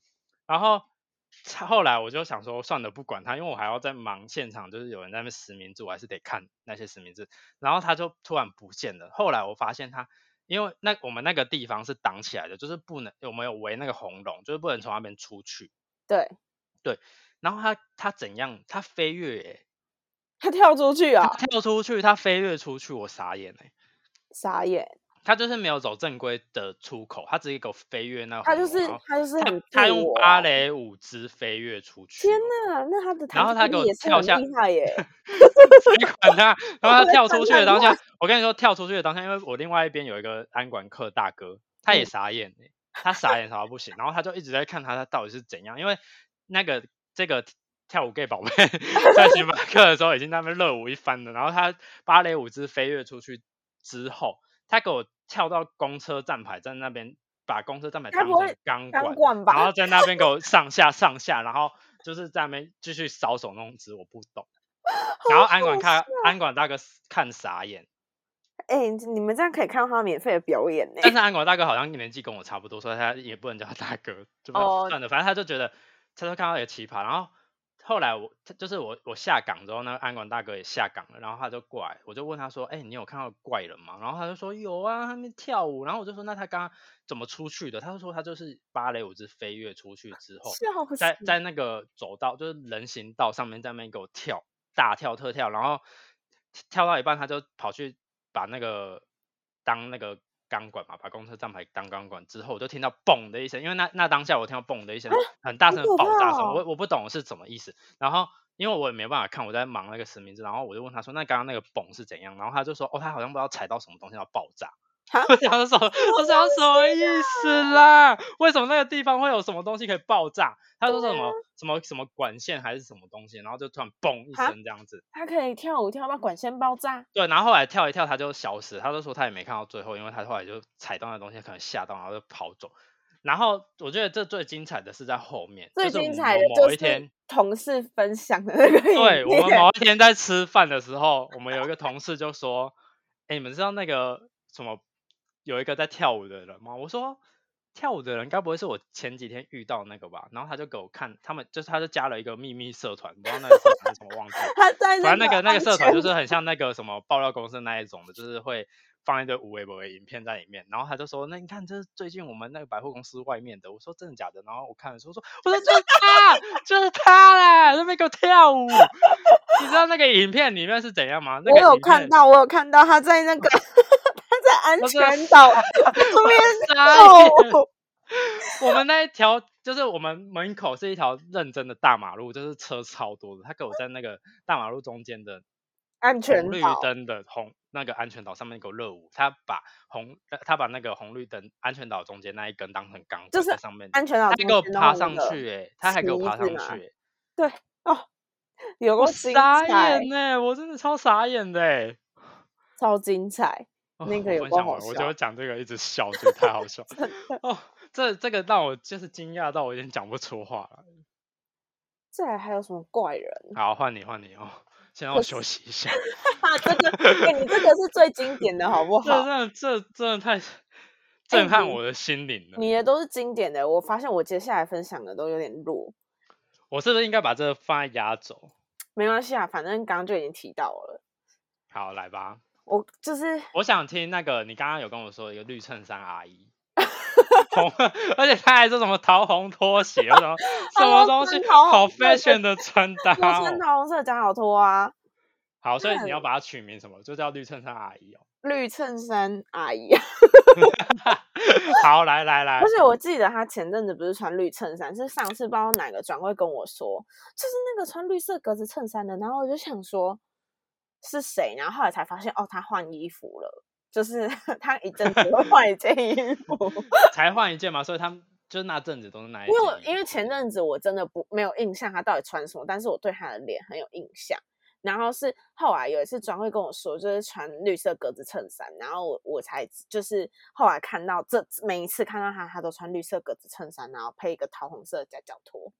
Speaker 2: 然后。后来我就想说，算了，不管他，因为我还要在忙现场，就是有人在那边实名制，我还是得看那些实名制。然后他就突然不见了。后来我发现他，因为那我们那个地方是挡起来的，就是不能我们有围那个红龙，就是不能从那边出去。
Speaker 3: 对
Speaker 2: 然后他他怎样？他飞跃、欸，
Speaker 3: 他跳出去啊
Speaker 2: 他，跳出去，他飞跃出去，我傻眼哎、
Speaker 3: 傻 眼，
Speaker 2: 他就是没有走正规的出口，他直接给我飞跃那个
Speaker 3: 他
Speaker 2: 红
Speaker 3: 就
Speaker 2: 龙。
Speaker 3: 是
Speaker 2: 然后
Speaker 3: 他就是很
Speaker 2: 哦他
Speaker 3: 自
Speaker 2: 用
Speaker 3: 我
Speaker 2: 芭
Speaker 3: 啊
Speaker 2: 蕾舞姿飞跃出去哦、
Speaker 3: 天哪，那他的
Speaker 2: 然后
Speaker 3: 弹
Speaker 2: 他
Speaker 3: 性
Speaker 2: 给
Speaker 3: 力
Speaker 2: 我
Speaker 3: 也是
Speaker 2: 跳
Speaker 3: 很
Speaker 2: 下
Speaker 3: 厉害耶，
Speaker 2: 谁管他？然
Speaker 3: 我
Speaker 2: 后他
Speaker 3: 在
Speaker 2: 跳
Speaker 3: 赞
Speaker 2: 出去的
Speaker 3: 叹
Speaker 2: 当
Speaker 3: 他
Speaker 2: 下，我跟你说，跳出去的当下，因为我另外一边有一个安管课大哥，他也
Speaker 3: 嗯
Speaker 2: 傻眼、欸，他傻眼傻到不行，然后他就一直在看他他到底是怎样，因为那个这个跳舞 gay 宝贝在星巴克的时候已经在那边热舞一番了，然后他芭蕾舞姿飞跃出去之后，他给我跳到公车站牌，在那边把公车站牌
Speaker 3: 该
Speaker 2: 当
Speaker 3: 不
Speaker 2: 成
Speaker 3: 会
Speaker 2: 钢
Speaker 3: 钢
Speaker 2: 管，
Speaker 3: 管
Speaker 2: 然
Speaker 3: 吧
Speaker 2: 后？在那边给我上下上下，然后就是在那边继续搔首弄姿，我不懂。然后安管
Speaker 3: 好
Speaker 2: 看安管大哥看傻眼，
Speaker 3: 哎，你们这样可以看到他免费的表演呢。
Speaker 2: 但是安管大哥好像年纪跟我差不多，所以他也不能叫他大哥，就算
Speaker 1: 哦
Speaker 2: 算了，反正他就觉得他就看到有奇葩，然后后来我他就是我我下岗之后，那个安管大哥也下岗了，然后他就过来，我就问他说，哎、你有看到怪人吗？然后他就说有啊，他们跳舞，然后我就说那他刚刚怎么出去的？他就说他就是芭蕾舞是飞跃出去之后，
Speaker 3: 笑死！
Speaker 2: 在在那个走道，就是人行道上面，在那边给我跳，大跳特跳，然后跳到一半，他就跑去把那个当那个钢管嘛，把公车站牌当钢管之后，我就听到嘣的一声，因为那那当下我听到嘣的一声很大
Speaker 3: 啊好
Speaker 2: 声的
Speaker 3: 可
Speaker 2: 爆炸
Speaker 3: 怕
Speaker 2: 声，
Speaker 3: 哦
Speaker 2: 我我不懂是什么意思，然后。因为我也没办法看，我在忙那个实名制，然后我就问他说：“那刚刚那个嘣是怎样？”然后他就说：“哦，他好像不知道踩到什么东西要爆炸。”
Speaker 3: 哈
Speaker 2: 我想说，我想什么意思啦？为什么那个地方会有什么东西可以爆炸？他说什
Speaker 3: 啊
Speaker 2: 么、什么什么管线还是什么东西，然后就突然嘣一
Speaker 3: 哈
Speaker 2: 声这样子。
Speaker 3: 他可以跳舞跳到管线爆炸，
Speaker 2: 对，然后后来跳一跳，他就消失，他就说他也没看到最后，因为他后来就踩到那东西，可能吓到，然后就跑走。然后我觉得这最精彩的是在后面，
Speaker 3: 最
Speaker 2: 就是我
Speaker 3: 精
Speaker 2: 们
Speaker 3: 彩的
Speaker 2: 某
Speaker 3: 就
Speaker 2: 一天
Speaker 3: 是，同事分享的那个
Speaker 2: 对
Speaker 3: 影
Speaker 2: 我 们
Speaker 3: 片
Speaker 2: 某一天在吃饭的时候，我们有一个同事就说：“哎、你们知道那个什么有一个在跳舞的人吗？”我说：“跳舞的人该不会是我前几天遇到那个吧？”然后他就给我看，他们就是他就加了一个秘密社团，不知道那个社团是什么忘记了。
Speaker 3: 他在
Speaker 2: 反正那个那个
Speaker 3: 安
Speaker 2: 社团就
Speaker 3: 全
Speaker 2: 是很像那个什么爆料公司那一种的，就是会放一堆无微博的影片在里面。然后他就说：“那你看，这是最近我们那个百货公司外面的。”我说：“真的假的？”然后我看了说：“说我说就是他，就是他啦，在那边给我跳舞。”你知道那个影片里面是怎样吗？那
Speaker 3: 我
Speaker 2: 个
Speaker 3: 有
Speaker 2: 影
Speaker 3: 看
Speaker 2: 片，
Speaker 3: 到，我有看到他在那 个他在安
Speaker 2: 我真的
Speaker 3: 全岛 旁边
Speaker 2: 傻眼
Speaker 3: 跳舞，
Speaker 2: 我们那一条就是我们门口是一条认真的大马路，就是车超多的。他给我在那个大马路中间的
Speaker 3: 安全
Speaker 2: 红绿
Speaker 3: 岛
Speaker 2: 灯的红那个安全岛上面有热舞，他把红他把那个红绿灯安全岛中间那一根当成钢
Speaker 3: 就
Speaker 2: 管
Speaker 3: 是
Speaker 2: 在上面，
Speaker 3: 安全岛
Speaker 2: 他
Speaker 3: 中
Speaker 2: 给我
Speaker 3: 间的
Speaker 2: 爬
Speaker 3: 那
Speaker 2: 上
Speaker 3: 个
Speaker 2: 去、欸，他还给我
Speaker 3: 旗
Speaker 2: 爬上
Speaker 3: 子
Speaker 2: 去、
Speaker 3: 嘛
Speaker 2: 欸，
Speaker 3: 哦，有
Speaker 2: 我
Speaker 3: 个精
Speaker 2: 傻
Speaker 3: 彩
Speaker 2: 眼，呢、我真的超傻眼的、欸。
Speaker 3: 超精彩，
Speaker 2: 哦
Speaker 3: 那个
Speaker 2: 我
Speaker 3: 有
Speaker 2: 分
Speaker 3: 够
Speaker 2: 享
Speaker 3: 好
Speaker 2: 完，我
Speaker 3: 笑
Speaker 2: 觉得讲这个一直笑，觉得太 好笑哦。这这个让我就是惊讶到我有点讲不出话了。
Speaker 3: 再来还有什么怪 人？
Speaker 2: 好，换你换你哦，先让我
Speaker 3: 可
Speaker 2: 休息 一下。
Speaker 3: 哈，这个，哎、你这个是最经典的好不
Speaker 2: 这
Speaker 3: 好？哎
Speaker 2: 真的这真的太震撼
Speaker 3: 你
Speaker 2: 我的心灵了。
Speaker 3: 你的都是经典的，我发现我接下来分享的都有点弱，
Speaker 2: 我是不是应该把这个放在压轴？
Speaker 3: 没关系啊，反正刚刚就已经提到了，
Speaker 2: 好，来吧。
Speaker 3: 我就是
Speaker 2: 我想听那个你刚刚有跟我说一个绿衬衫 阿姨，红， 而且她还说什么桃红拖鞋，什么什
Speaker 3: 她
Speaker 2: 么
Speaker 3: 说
Speaker 2: 东
Speaker 3: 穿
Speaker 2: 西，
Speaker 3: 桃
Speaker 2: 好
Speaker 3: 红色的
Speaker 2: fashion 的穿 搭、
Speaker 3: 我穿
Speaker 2: 哦。
Speaker 3: 桃红色的假脚拖啊，
Speaker 2: 好，所以你要
Speaker 3: 看
Speaker 2: 把它取名什么？就叫绿衬衫阿姨哦。
Speaker 3: 绿衬衫阿姨啊，
Speaker 2: 好，来来来
Speaker 3: 而，且我记得她前阵子不是穿绿衬衫，是上次不知道哪个专柜跟我说，就是那个穿绿色格子衬衫的，然后我就想说是谁，然后后来才发现哦，她换衣服了。就是 她一阵子会换一件衣服，
Speaker 2: 才换一件嘛，所以他们就那阵子都是那一
Speaker 3: 因
Speaker 2: 件衣
Speaker 3: 为
Speaker 2: 服。
Speaker 3: 我因为前阵子我真的不没有印象他到底穿什么，但是我对他的脸很有印象。然后是后来有一次专柜跟我说，就是穿绿色格子衬衫，然后我我才就是后来看到这每一次看到他，他都穿绿色格子衬衫，然后配一个桃红色的夹脚拖。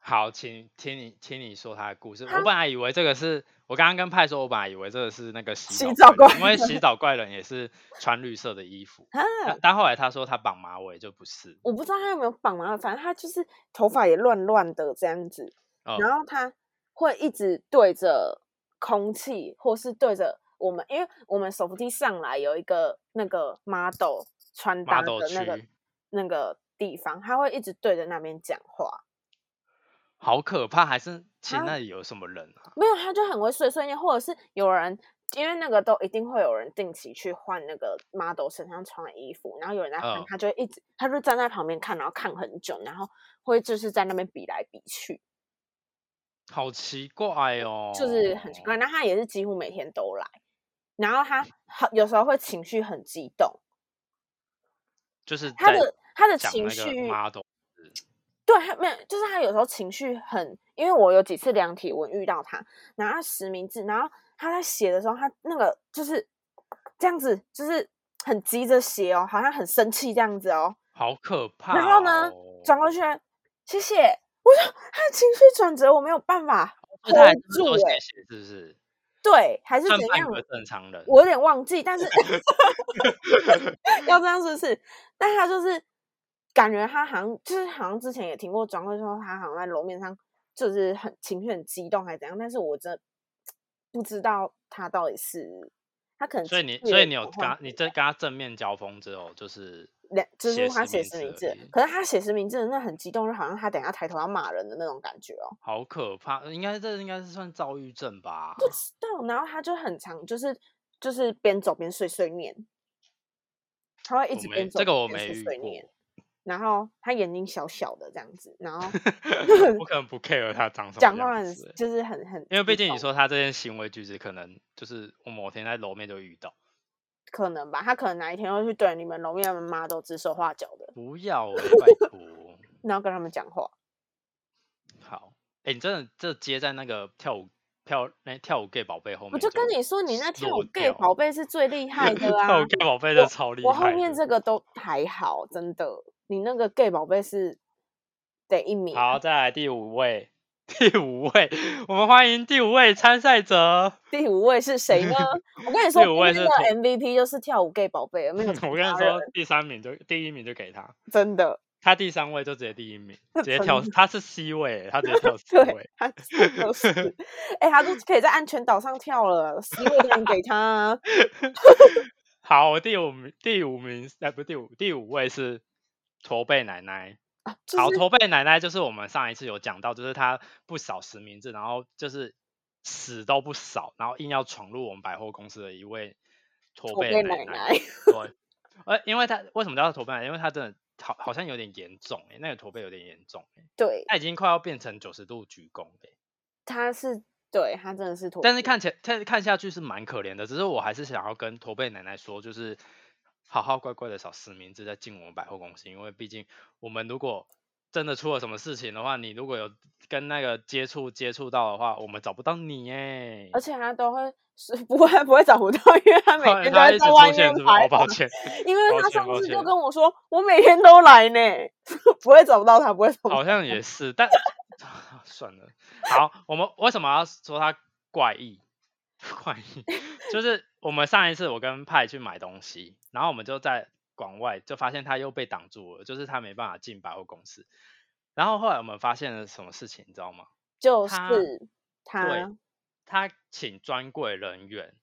Speaker 2: 好，请听你听你说他的故事。
Speaker 3: 他
Speaker 2: 我本来以为这个是我刚刚跟派说，我本来以为这个是那个洗
Speaker 3: 洗
Speaker 2: 澡
Speaker 3: 澡
Speaker 2: 人因为洗澡怪人也是穿绿色的 衣服，
Speaker 3: 啊，
Speaker 2: 但但后来他说他绑马尾就不是。
Speaker 3: 我不知道他有没有绑嘛，反正他就是头发也乱乱的这样子，
Speaker 2: 哦、
Speaker 3: 然后他会一直对着空气，或是对着我们，因为我们手扶梯上来有一个那个 model 穿搭
Speaker 2: model
Speaker 3: 的那个
Speaker 2: 区
Speaker 3: 那个地方，他会一直对着那边讲话。
Speaker 2: 好可怕，还是其实
Speaker 3: 啊
Speaker 2: 那里有什么人啊？
Speaker 3: 没有，他就很会碎碎念，或者是有人。因为那个都一定会有人定期去换那个 model 身上穿的衣服，然后有人在换，
Speaker 2: 嗯
Speaker 3: 他就会一直，他就站在旁边看，然后看很久，然后会就是在那边比来比去，
Speaker 2: 好奇怪哦，
Speaker 3: 就是很奇怪。。那他也是几乎每天都来，然后他很有时候会情绪很激动，
Speaker 2: 就是
Speaker 3: 他
Speaker 2: 在
Speaker 3: 的他的
Speaker 2: 讲
Speaker 3: 情
Speaker 2: 那个
Speaker 3: 绪，
Speaker 2: model
Speaker 3: 对他没有，就是他有时候情绪很，因为我有几次量体温遇到他，然后他实名制，然后他在写的时候，他那个就是这样子，就是很急着写哦，好像很生气这样子哦，
Speaker 2: 好可怕、哦。
Speaker 3: 然后呢转过去，谢谢， 我说他的情绪转折，我没有办法
Speaker 2: 所以他还
Speaker 3: hold
Speaker 2: 是
Speaker 3: 住
Speaker 2: 说
Speaker 3: 哎、
Speaker 2: 谢谢，是不是？
Speaker 3: 对，还是
Speaker 2: 算
Speaker 3: 怎
Speaker 2: 半
Speaker 3: 样？
Speaker 2: 个正常人。
Speaker 3: 我有点忘记，但是 要这样是不是？但他就是感觉他好像就是好像之前也听过转会说他好像在楼面上就是很情绪很激动还是怎样，但是我真的不知道他到底是他可能
Speaker 2: 所以
Speaker 3: 情
Speaker 2: 你，
Speaker 3: 绪
Speaker 2: 所以
Speaker 3: 有
Speaker 2: 你有
Speaker 3: 转
Speaker 2: 跟他
Speaker 3: 换
Speaker 2: 你正跟他正面交锋之后，就是
Speaker 3: 两就是他写实
Speaker 2: 实
Speaker 3: 名
Speaker 2: 名
Speaker 3: 制
Speaker 2: 制
Speaker 3: 的
Speaker 2: 而已，
Speaker 3: 可是他写实名制的那很激动，就好像他等一下抬头要骂人的那种感觉哦。
Speaker 2: 好可怕，应该这应该是算躁郁症吧？
Speaker 3: 对，哦然后他就很常就是就是边走边碎碎念，他会一
Speaker 2: 我
Speaker 3: 直
Speaker 2: 没
Speaker 3: 边走
Speaker 2: 这个我
Speaker 3: 边
Speaker 2: 没
Speaker 3: 碎
Speaker 2: 遇
Speaker 3: 碎
Speaker 2: 过
Speaker 3: 念，然后他眼睛小小的这样子，然后
Speaker 2: 哦我可能不 care 他长什
Speaker 3: 讲
Speaker 2: 么
Speaker 3: 话
Speaker 2: 样
Speaker 3: 很
Speaker 2: 子欸，
Speaker 3: 就是很很激动，
Speaker 2: 因为毕竟你说他这些行为举止，可能就是我某天在楼面就遇到。
Speaker 3: 可能吧，他可能哪一天会去对你们龙面的妈都指手画脚的，
Speaker 2: 不要、欸，拜托。
Speaker 3: 然后跟他们讲
Speaker 2: 哦
Speaker 3: 话，
Speaker 2: 好，哎、你真的这接在那个跳舞跳那跳舞 gay 宝贝后面，
Speaker 3: 我就跟你说，你那跳
Speaker 2: 裸
Speaker 3: 舞 gay
Speaker 2: 掉
Speaker 3: 宝贝是最厉害 的啊
Speaker 2: 跳舞！gay 宝贝的超厉害
Speaker 3: 我
Speaker 2: 的。
Speaker 3: 后面这个都还好，真的，你那个 gay 宝贝是得一啊米，
Speaker 2: 好，再来第五位，第五位，我们欢迎第五位参赛者。
Speaker 3: 第五位是 谁呢？我跟你说，
Speaker 2: 第五位
Speaker 3: 今
Speaker 2: 是
Speaker 3: 天的
Speaker 2: 同
Speaker 3: MVP 就是跳舞 gay 宝贝了，没有
Speaker 2: 我
Speaker 3: 其
Speaker 2: 跟你
Speaker 3: 他
Speaker 2: 说
Speaker 3: 人，
Speaker 2: 第三名就第一名就给他，
Speaker 3: 真的，
Speaker 2: 他第三位就直接第 一名，直接
Speaker 3: 真
Speaker 2: 跳，
Speaker 3: 的
Speaker 2: 他是 C 位，他直 接跳 C
Speaker 3: 对
Speaker 2: 位。
Speaker 3: 他真的是，哎、他都可以在安全岛上跳了，十位当然给他啊，
Speaker 2: 好，我第五名，第五名，哎，不，第五第五位是驼背奶奶。
Speaker 3: 啊就
Speaker 2: 好，
Speaker 3: 是
Speaker 2: 驼背奶奶就是我们上一次有讲到，就是她不扫实名制，然后就是死都不扫，然后硬要闯入我们百货公司的一位驼
Speaker 3: 驼
Speaker 2: 背
Speaker 3: 背
Speaker 2: 奶
Speaker 3: 奶奶，
Speaker 2: 对， 呃，因为她为什么叫她驼背奶奶？因为她真的好好像有点严重、欸，那个驼背有点严重、欸，
Speaker 3: 对，
Speaker 2: 她已经快要变成九十度鞠躬了欸、
Speaker 3: 他是对他真的是驼背，
Speaker 2: 但是看起来看看下去是蛮可怜的，只是我还是想要跟驼背奶奶说，就是好好乖乖的扫实名制再进我们百货公司，因为毕竟我们如果真的出了什么事情的话，你如果有跟那个接触接触到的话，我们找不到你哎。
Speaker 3: 而且他都会是不会不会找不到，因为他每
Speaker 2: 后来
Speaker 3: 天都
Speaker 2: 他
Speaker 3: 会
Speaker 2: 一
Speaker 3: 在外
Speaker 2: 直出
Speaker 3: 面
Speaker 2: 现，是吧？
Speaker 3: 徘
Speaker 2: 我抱
Speaker 3: 徊。
Speaker 2: 歉，
Speaker 3: 因为
Speaker 2: 抱
Speaker 3: 他
Speaker 2: 歉
Speaker 3: 上
Speaker 2: 抱
Speaker 3: 次就
Speaker 2: 歉
Speaker 3: 跟我说，我每天都来呢，不会找不到他，不会找不到
Speaker 2: 好像也是，但啊算了。好，我们为什么要说它怪异？ 怪异就是我们上一次我跟派去买东西，然后我们就在馆外就发现他又被挡住了，就是他没办法进百货公司。然后后来我们发现了什么事情，你知道吗？
Speaker 3: 就
Speaker 2: 他
Speaker 3: 是
Speaker 2: 对
Speaker 3: 他，
Speaker 2: 他请专柜人员，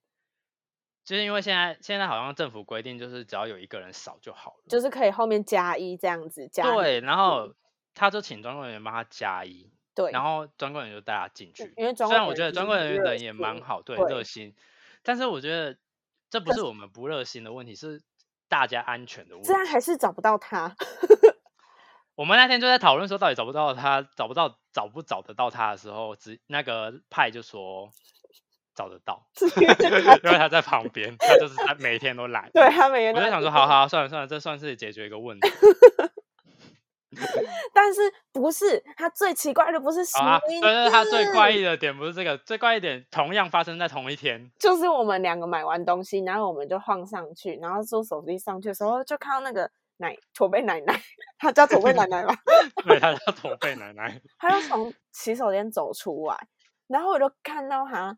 Speaker 2: 就是因为现在现在好像政府规定，就是只要有一个人少就好了。
Speaker 3: 就是可以后面加一嗯这样子加
Speaker 2: 对，然
Speaker 3: 数
Speaker 2: 后他就请专柜人员帮他加一，
Speaker 3: 对，
Speaker 2: 然后专柜人就带他进去。
Speaker 3: 因为专
Speaker 2: 虽然
Speaker 3: 柜
Speaker 2: 我觉
Speaker 3: 人员
Speaker 2: 得专
Speaker 3: 是
Speaker 2: 柜
Speaker 3: 很
Speaker 2: 人员
Speaker 3: 热
Speaker 2: 人也蛮
Speaker 3: 心
Speaker 2: 好，对，
Speaker 3: 对
Speaker 2: 热心，但是我觉得这不是我们不热心的问题，是大家安全的问
Speaker 3: 这样
Speaker 2: 题。
Speaker 3: 还是啊找不到他，
Speaker 2: 我们那天就在讨论说，到底找不到他，找不到找不找得到他的时候，只那个派就说找得到，
Speaker 3: 因为 他
Speaker 2: 因为他在旁边，他就是他每天都来。
Speaker 3: 啊 对他每天都
Speaker 2: 我就
Speaker 3: 在
Speaker 2: 想
Speaker 3: 一直
Speaker 2: 说，好好算了算了，这算是解决一个问题。
Speaker 3: 但是不是他最奇怪的不是实
Speaker 2: 好啊，
Speaker 3: 名
Speaker 2: 但是他最
Speaker 3: 制
Speaker 2: 怪异的点不是这个，最怪异点同样发生在同一天，
Speaker 3: 就是我们两个买完东西，然后我们就晃上去，然后坐手机上去的时候，就看到那个奶驼背奶 奶，她叫驼背奶奶嘛，
Speaker 2: 对，他叫驼背奶奶。
Speaker 3: 她就从洗手间走出来，然后我就看到她，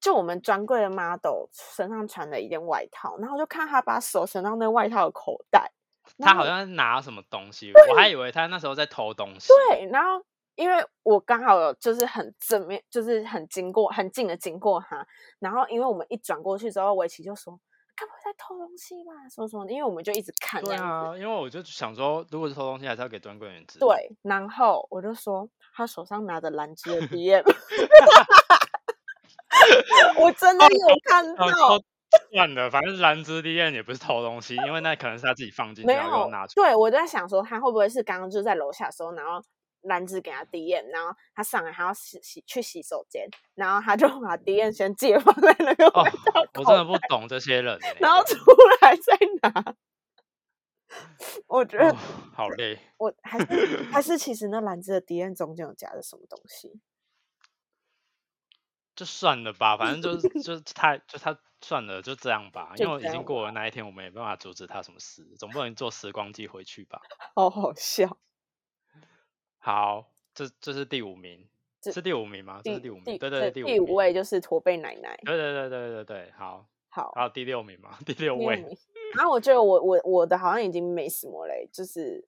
Speaker 3: 就我们专柜的 model 身上穿了一件外套，然后我就看她把手伸到那外套的口袋，然
Speaker 2: 他
Speaker 3: 后
Speaker 2: 好像拿什么东西，我还以为他那时候在偷东西。
Speaker 3: 对，然后因为我刚好有就是很正面，就是很经过很近的经过他，然后因为我们一转过去之后，围棋就说该不会在偷东西吧，什么什么的，因为我们就一直看这
Speaker 2: 对
Speaker 3: 样子。
Speaker 2: 啊，因为我就想说，如果是偷东西，还是要给专柜人员知道。
Speaker 3: 对，然后我就说他手上拿着 兰芝的 DM，我真
Speaker 2: 哦
Speaker 3: 的有看
Speaker 2: 然
Speaker 3: 到
Speaker 2: 后， 算了，反正兰芝 D N 也不是偷东西，因为那可能是他自己放进去，
Speaker 3: 没
Speaker 2: 然后又
Speaker 3: 有
Speaker 2: 拿，出。
Speaker 3: 对我就在想说他会不会是刚刚就在楼下的时候，然后兰芝给他 DM，然后他上来还要洗洗去洗手间，然后他就把 DM 先解放在那个
Speaker 2: 哦
Speaker 3: 外套口
Speaker 2: 我真的不懂这些人欸、
Speaker 3: 然后出来再拿。我觉得
Speaker 2: 哦好累。
Speaker 3: 我还是还是其实那篮子的敌人中间有夹着什么东西，
Speaker 2: 就算了吧，反正就是就是他就他算了，就这样吧，
Speaker 3: 就
Speaker 2: 因为
Speaker 3: 这
Speaker 2: 已经
Speaker 3: 样
Speaker 2: 过了那一天，我们也没办法阻止他什么事，总不能坐时光机回去吧？
Speaker 3: 好好
Speaker 2: 哦
Speaker 3: 笑。
Speaker 2: 好，这这是第五名，
Speaker 3: 这
Speaker 2: 是第五名吗？这是第五名，对对对，
Speaker 3: 第
Speaker 2: 五名
Speaker 3: 位就是驼背奶奶，
Speaker 2: 对对对对对对，好，
Speaker 3: 好，
Speaker 2: 然后第六名嘛，第 六
Speaker 3: 第六
Speaker 2: 位，
Speaker 3: 名。然后我觉得我我我的好像已经没什么嘞，就是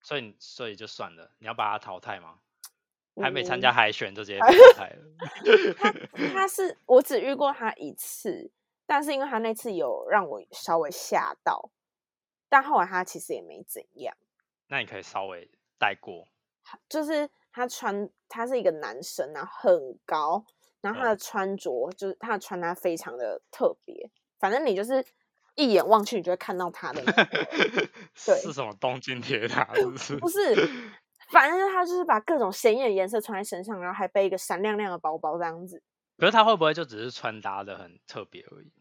Speaker 2: 所以你所以就算了，你要把他淘汰吗？还没参加
Speaker 3: 嗯
Speaker 2: 海选就直接被淘 汰了，
Speaker 3: 他是我只遇过他一次，但是因为他那次有让我稍微吓到，但后来他其实也没怎样。
Speaker 2: 那你可以稍微带过，
Speaker 3: 就是他穿，他是一个男生啊，很高，然后他的穿着就是他的穿搭非常的特别，反正你就是一眼望去，你就会看到他的 那个，
Speaker 2: 是什么东京铁塔是不是？
Speaker 3: 不是，反正他就是把各种鲜艳的颜色穿在身上，然后还背一个闪亮亮的包包这样子。
Speaker 2: 可是他会不会就只是穿搭的很特别而已？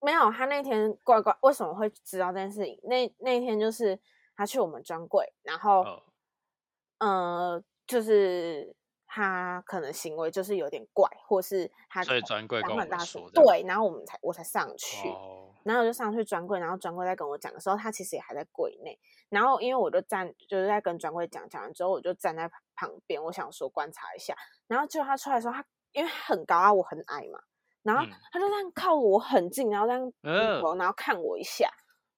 Speaker 3: 没有，他那天怪怪，为什么会知道这件事情？那那一天就是他去我们专柜，然后、
Speaker 2: 哦，
Speaker 3: 呃，就是他可能行为就是有点怪，或是他
Speaker 2: 所以
Speaker 3: 可
Speaker 2: 专柜
Speaker 3: 讲
Speaker 2: 跟我
Speaker 3: 话很
Speaker 2: 们
Speaker 3: 大声
Speaker 2: 说，这样
Speaker 3: 对，然后我们才我才上去，
Speaker 2: 哦，
Speaker 3: 然后我就上去专柜，然后专柜在跟我讲的时候，他其实也还在柜内，然后因为我就站就是在跟专柜讲，讲完之后我就站在旁旁边，我想说观察一下，然后结果他出来的时候，他因为他很高啊，我很矮嘛，然后
Speaker 2: 嗯
Speaker 3: 他就这样靠我很近，然后这样低
Speaker 2: 呃
Speaker 3: 头，然后看我一下，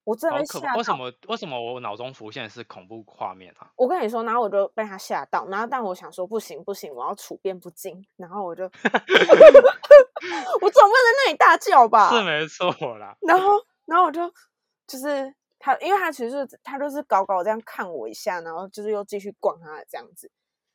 Speaker 3: 我真的
Speaker 2: 好
Speaker 3: 被
Speaker 2: 可
Speaker 3: 吓
Speaker 2: 怕！为
Speaker 3: 到
Speaker 2: 什。么为什么我脑中浮现的是恐怖画面啊？
Speaker 3: 我跟你说，然后我就被他吓到，然后但我想说不行不行，我要处变不惊，然后我就 ，我总不能在那里大叫吧？
Speaker 2: 是没错啦，
Speaker 3: 然后然后我就就是他，因为他其实他就是搞搞这样看我一下，然后就是又继续逛他的这样子，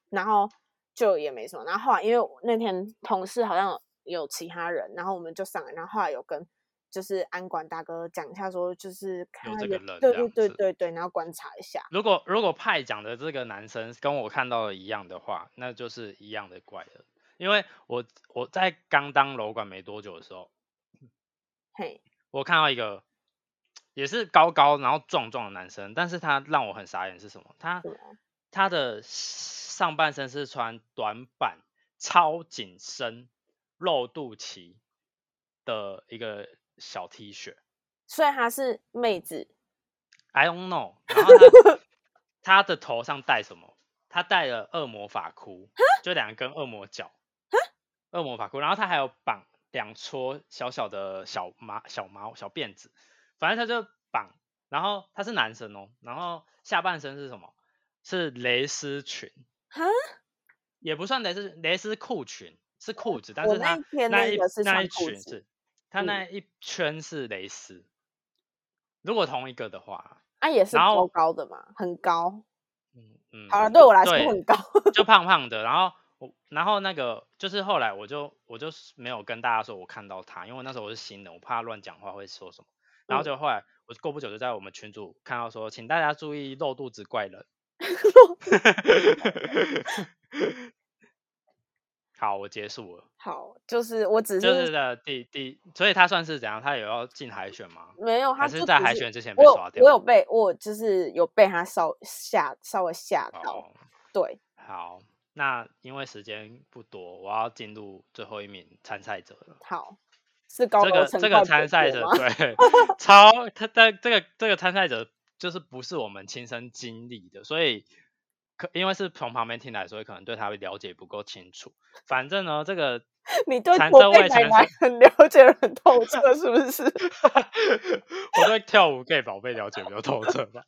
Speaker 3: 然后就也没什么。然后后来因为我那天同事好像有有其他人，然后我们就上来，然后后来有跟。就是安管大哥讲一下，说就是看
Speaker 2: 有
Speaker 3: 他
Speaker 2: 这个
Speaker 3: 有对
Speaker 2: 人这
Speaker 3: 对
Speaker 2: 样
Speaker 3: 对
Speaker 2: 子
Speaker 3: 对对，然后观察一下。
Speaker 2: 如果如果派讲的这个男生跟我看到的一样的话，那就是一样的怪了。因为我我在刚当楼管没多久的时候，
Speaker 3: 嘿，
Speaker 2: 我看到一个也是高高然后壮壮的男生，但是他让我很傻眼是什么？他
Speaker 3: 什么
Speaker 2: 他的上半身是穿短版超紧身露肚脐的一个小 T 恤
Speaker 3: 所以她是妹子，
Speaker 2: ，I don't know，然后他他的头上戴什么？他戴了恶魔发箍，就两根恶魔角，恶魔发箍，然后他还有绑两撮小小的小麻小毛小辫子，反正他就绑，然后他是男生哦，然后下半身是什么？是蕾丝裙
Speaker 3: 哈，
Speaker 2: 也不算蕾丝蕾丝裤裙，是裤子，但
Speaker 3: 我
Speaker 2: 是
Speaker 3: 那
Speaker 2: 他
Speaker 3: 天
Speaker 2: 那
Speaker 3: 那
Speaker 2: 一
Speaker 3: 个是
Speaker 2: 那
Speaker 3: 穿
Speaker 2: 一
Speaker 3: 裤
Speaker 2: 裙
Speaker 3: 子
Speaker 2: 是，他
Speaker 3: 嗯
Speaker 2: 那一圈是蕾丝，如果同一个的话，
Speaker 3: 啊也是
Speaker 2: 然
Speaker 3: 高
Speaker 2: 后
Speaker 3: 高的嘛，很高。
Speaker 2: 嗯嗯，
Speaker 3: 好了，对我来说
Speaker 2: 对
Speaker 3: 很高。
Speaker 2: 就胖胖的，然后我，然后那个就是后来我就我就是没有跟大家说我看到他，因为那时候我是新人，我怕乱讲话会说什么。然后
Speaker 3: 嗯
Speaker 2: 就后来我过不久就在我们群组看到说，请大家注意露肚子 怪人。 好，我结束了。
Speaker 3: 好，就是我只
Speaker 2: 就是是的第第，所以他算是怎样？他有要进海选吗？
Speaker 3: 没有，他
Speaker 2: 还
Speaker 3: 就是
Speaker 2: 在
Speaker 3: 只
Speaker 2: 海
Speaker 3: 是
Speaker 2: 选之前被
Speaker 3: 我有
Speaker 2: 刷掉？
Speaker 3: 我有被我就是有被他稍吓稍微吓到，
Speaker 2: 哦，
Speaker 3: 对，
Speaker 2: 好，那因为时间不多，我要进入最后一名参赛者了。
Speaker 3: 好是高
Speaker 2: 这
Speaker 3: 楼
Speaker 2: 个
Speaker 3: 层
Speaker 2: 这
Speaker 3: 怪伯
Speaker 2: 个参赛
Speaker 3: 伯
Speaker 2: 者
Speaker 3: 吗
Speaker 2: 对超他他这个这个参赛者就是不是我们亲身经历的，所以可因为是从旁边听来，所以可能对他了解不够清楚。反正呢，这个
Speaker 3: 你对
Speaker 2: 参这
Speaker 3: 驼
Speaker 2: 位
Speaker 3: 背奶
Speaker 2: 参
Speaker 3: 奶
Speaker 2: 赛，
Speaker 3: 很了解得很透 彻，是不是？
Speaker 2: 我对跳舞 gay 宝贝了解比较透彻吧。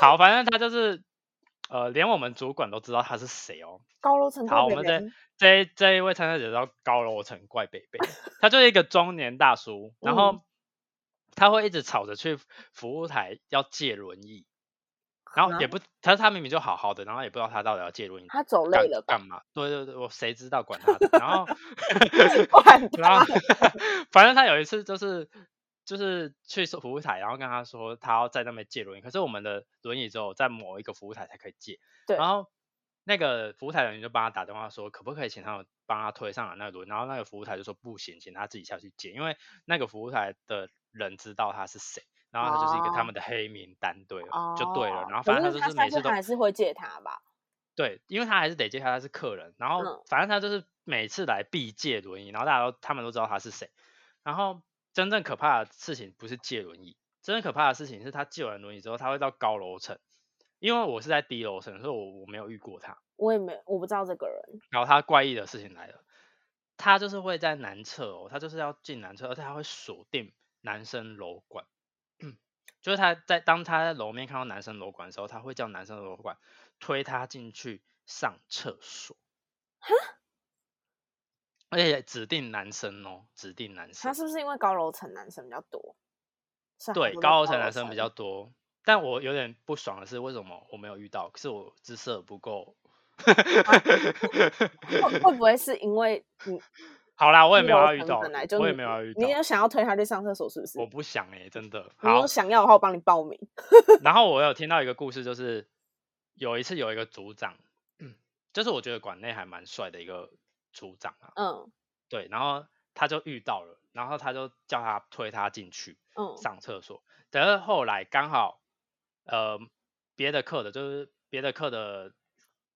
Speaker 2: 好，反正他就是呃，连我们主管都知道他是谁哦。
Speaker 3: 高楼层
Speaker 2: 好，
Speaker 3: 怪
Speaker 2: 我
Speaker 3: 北
Speaker 2: 们这
Speaker 3: 北
Speaker 2: 这一这一位参赛者叫高楼层怪北北，他就是一个中年大 叔，然后、
Speaker 3: 嗯
Speaker 2: 他会一直吵着去服务台要借轮椅，然后也不，他他明明就好好的，然后也不知道他到底要借轮椅
Speaker 3: 啊他走
Speaker 2: 干
Speaker 3: 累了吧？
Speaker 2: 干嘛？对对对，我谁知道管他的。然后
Speaker 3: 管
Speaker 2: 然后反正他有一次就是就是去服务台，然后跟他说他要在那边借轮椅，可是我们的轮椅只有在某一个服务台才可以借。
Speaker 3: 对
Speaker 2: 然后那个服务台人员就帮他打电话说，可不可以请他们帮他推上来那个轮椅？然后那个服务台就说不行，请他自己下去借，因为那个服务台的人知道他是谁。然后他就是一个
Speaker 3: 哦
Speaker 2: 他们的黑名单，对了，
Speaker 3: 哦，
Speaker 2: 就对了。然后
Speaker 3: 可
Speaker 2: 反正
Speaker 3: 是
Speaker 2: 就
Speaker 3: 他
Speaker 2: 是
Speaker 3: 下
Speaker 2: 每
Speaker 3: 次
Speaker 2: 次都
Speaker 3: 他还是会借他吧？
Speaker 2: 对，因为他还是得借他，他是客人。然后
Speaker 3: 嗯
Speaker 2: 反正他就是每次来必借轮椅，然后大家都他们都知道他是谁。然后真正可怕的事情不是借轮椅，真正可怕的事情是他借完轮椅之后，他会到高楼层。因为我是在低楼层，所以我我没有遇过他。
Speaker 3: 我也没我不知道这个人，
Speaker 2: 然后他怪异的事情来了，他就是会在男厕哦，他就是要进男厕，而且他会锁定男生楼管，嗯就是他在当他在楼面看到男生楼管的时候，他会叫男生楼管推他进去上厕所，而且指定男生哦，指定男生
Speaker 3: 他，是不是因为高楼层男生比较多？是啊
Speaker 2: 对，
Speaker 3: 我都
Speaker 2: 高
Speaker 3: 高
Speaker 2: 楼层男生比较多。但我有点不爽的是，为什么我没有遇到？是我姿色不够。
Speaker 3: 会会不会是因为你
Speaker 2: 好啦，我也
Speaker 3: 低
Speaker 2: 没有
Speaker 3: 楼
Speaker 2: 要遇
Speaker 3: 层
Speaker 2: 到
Speaker 3: 本来，就
Speaker 2: 我也
Speaker 3: 你
Speaker 2: 没有要遇到。
Speaker 3: 你有想要推他去上厕所是不是
Speaker 2: 我？不想哎、真的。
Speaker 3: 你有
Speaker 2: 好，
Speaker 3: 想要的话，我帮你报名。
Speaker 2: 然后我有听到一个故事，就是有一次有一个组长，嗯就是我觉得馆内还蛮帅的一个组长啊，
Speaker 3: 嗯
Speaker 2: 对，然后他就遇到了，然后他就叫他推他进去
Speaker 3: 嗯，
Speaker 2: 上厕所，但是后来刚好呃别的课的，就是别的课的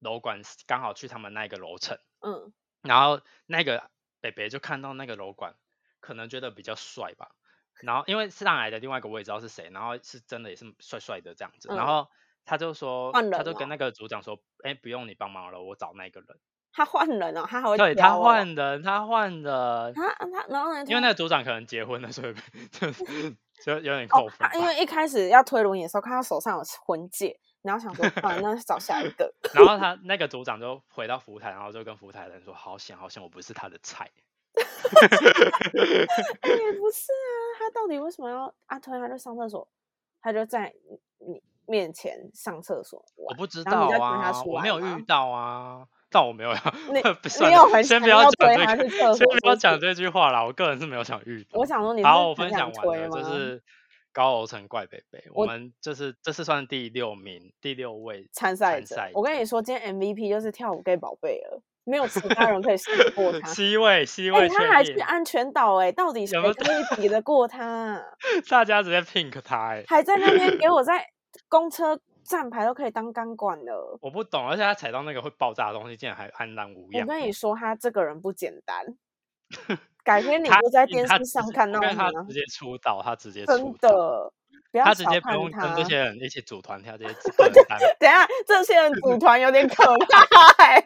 Speaker 2: 楼管刚好去他们那一个楼层，
Speaker 3: 嗯，
Speaker 2: 然后那个北北就看到那个楼管，可能觉得比较帅吧。然后因为上来的另外一个我也知道是谁，然后是真的也是帅帅的这样子。
Speaker 3: 嗯
Speaker 2: 然后他就说，
Speaker 3: 换
Speaker 2: 他
Speaker 3: 人
Speaker 2: 就
Speaker 3: 哦
Speaker 2: 跟那个组长说，哎，不用你帮忙了，我找那个人。
Speaker 3: 他换人哦，他还会
Speaker 2: 对他
Speaker 3: 挑哦
Speaker 2: 换人，他换人，
Speaker 3: 他他，然后呢？
Speaker 2: 因为
Speaker 3: 他
Speaker 2: 那个组长可能结婚了，所以 就就有点扣
Speaker 3: 哦，
Speaker 2: 分吧。
Speaker 3: 他因为一开始要推轮椅的时候，看到手上有婚戒，然后想说，啊，那找下一 个。
Speaker 2: 然 后他那个组长就回到服务台，然后就跟服务台的人说，好险好险，我不是他的菜。
Speaker 3: 哎、也不是啊，他到底为什么要啊？推他就上厕所，他就在你你面前上厕所
Speaker 2: 我
Speaker 3: 玩。
Speaker 2: 不知
Speaker 3: 然后
Speaker 2: 道
Speaker 3: 你再推他
Speaker 2: 啊，
Speaker 3: 出
Speaker 2: 我
Speaker 3: 来
Speaker 2: 没有
Speaker 3: 吗
Speaker 2: 遇到啊，但我没有要。 不
Speaker 3: 你
Speaker 2: 算
Speaker 3: 你
Speaker 2: 了
Speaker 3: 有很想
Speaker 2: 先不要
Speaker 3: 要
Speaker 2: 讲
Speaker 3: 推
Speaker 2: 这
Speaker 3: 他
Speaker 2: 个
Speaker 3: 去厕所？
Speaker 2: 先不要
Speaker 3: 是
Speaker 2: 讲
Speaker 3: 是。
Speaker 2: 这句话啦，我个人是没有想遇到。
Speaker 3: 我想说你是
Speaker 2: 好，我
Speaker 3: 很
Speaker 2: 分
Speaker 3: 想
Speaker 2: 享完
Speaker 3: 推
Speaker 2: 了，
Speaker 3: 吗？
Speaker 2: 就是高楼层怪北北，我
Speaker 3: 我
Speaker 2: 们就是这是算第六名，第六位
Speaker 3: 参赛
Speaker 2: 参
Speaker 3: 者
Speaker 2: 赛。
Speaker 3: 我跟你说，今天 MVP 就是跳舞 gay 宝贝了。没有其他人 可以胜过他。
Speaker 2: C 位，C
Speaker 3: 哎、
Speaker 2: 位确
Speaker 3: 他还去
Speaker 2: 定，
Speaker 3: 安全岛哎、到底谁
Speaker 2: 没有
Speaker 3: 可以比得过他 啊？
Speaker 2: 大家直接 pink 他、欸，
Speaker 3: 还在那边给我在公车站牌都可以当钢管了。
Speaker 2: 我不懂，而且他踩到那个会爆炸的东西，竟然还安然无
Speaker 3: 我
Speaker 2: 恙。
Speaker 3: 跟你说，他这个人不简 单。改天你
Speaker 2: 他
Speaker 3: 就在
Speaker 2: 直
Speaker 3: 电
Speaker 2: 他
Speaker 3: 视
Speaker 2: 直
Speaker 3: 上
Speaker 2: 接
Speaker 3: 看
Speaker 2: 我
Speaker 3: 到
Speaker 2: 跟他
Speaker 3: 吗
Speaker 2: 直接出道，他直接
Speaker 3: 真
Speaker 2: 出道，
Speaker 3: 的，不要
Speaker 2: 他直
Speaker 3: 小
Speaker 2: 接不
Speaker 3: 看
Speaker 2: 用跟这
Speaker 3: 他
Speaker 2: 些人一起组团跳 这些笨蛋。
Speaker 3: 等一下，这些人组团有点可怕、 欸。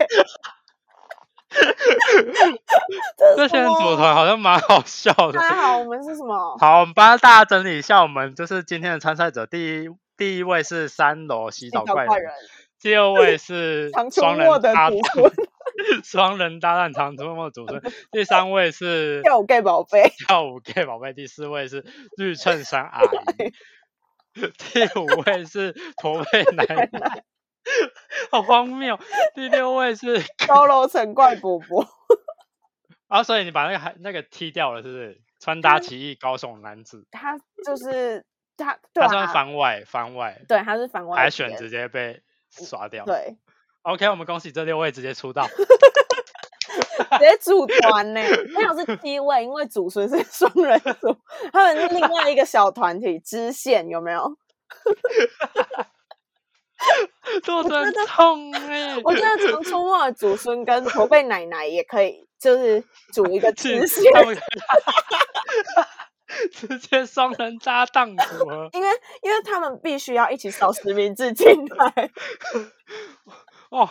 Speaker 3: 这
Speaker 2: 这
Speaker 3: 是
Speaker 2: 些人
Speaker 3: 什
Speaker 2: 组
Speaker 3: 么
Speaker 2: 团好像蛮好笑的。
Speaker 3: 大家好，我们是什么？
Speaker 2: 好，我们帮大家整理一下，我们就是今天的参赛者，第一第一位是三楼洗澡
Speaker 3: 找
Speaker 2: 怪
Speaker 3: 哎怪人，
Speaker 2: 第二位 是
Speaker 3: 常出
Speaker 2: 双人
Speaker 3: 没的
Speaker 2: 搭
Speaker 3: 主
Speaker 2: 档，
Speaker 3: 孙，
Speaker 2: 双人搭档常出没的主持人，第三位 是
Speaker 3: 跳舞 gay 宝贝，
Speaker 2: 跳舞 gay 宝贝，第四位是绿衬衫阿姨，第五位是驼背奶奶，好荒谬，第六位是
Speaker 3: 高楼层怪伯伯，
Speaker 2: 啊，所以你把那个还那个踢掉了，是不是？穿搭奇异高手男子，
Speaker 3: 他就是他，对
Speaker 2: 他算
Speaker 3: 啊，
Speaker 2: 番外番外，
Speaker 3: 对，他是反外
Speaker 2: 海选
Speaker 3: 边
Speaker 2: 直接被刷掉。
Speaker 3: 对，
Speaker 2: OK，我们恭喜这六位直接出 道。
Speaker 3: 直接组团呢、没有是七位，因为祖孙是双人组，他们是另外一个小团体支线，有没有？
Speaker 2: 肚子
Speaker 3: 觉
Speaker 2: 很
Speaker 3: 得
Speaker 2: 痛哎、
Speaker 3: 我觉得常出没的祖孙跟驼背奶奶也可以，就是组一个
Speaker 2: 是
Speaker 3: 支线。
Speaker 2: 他们 直接双人搭档组合。
Speaker 3: 因为因为他们必须要一起扫实名制进来，
Speaker 2: 哦，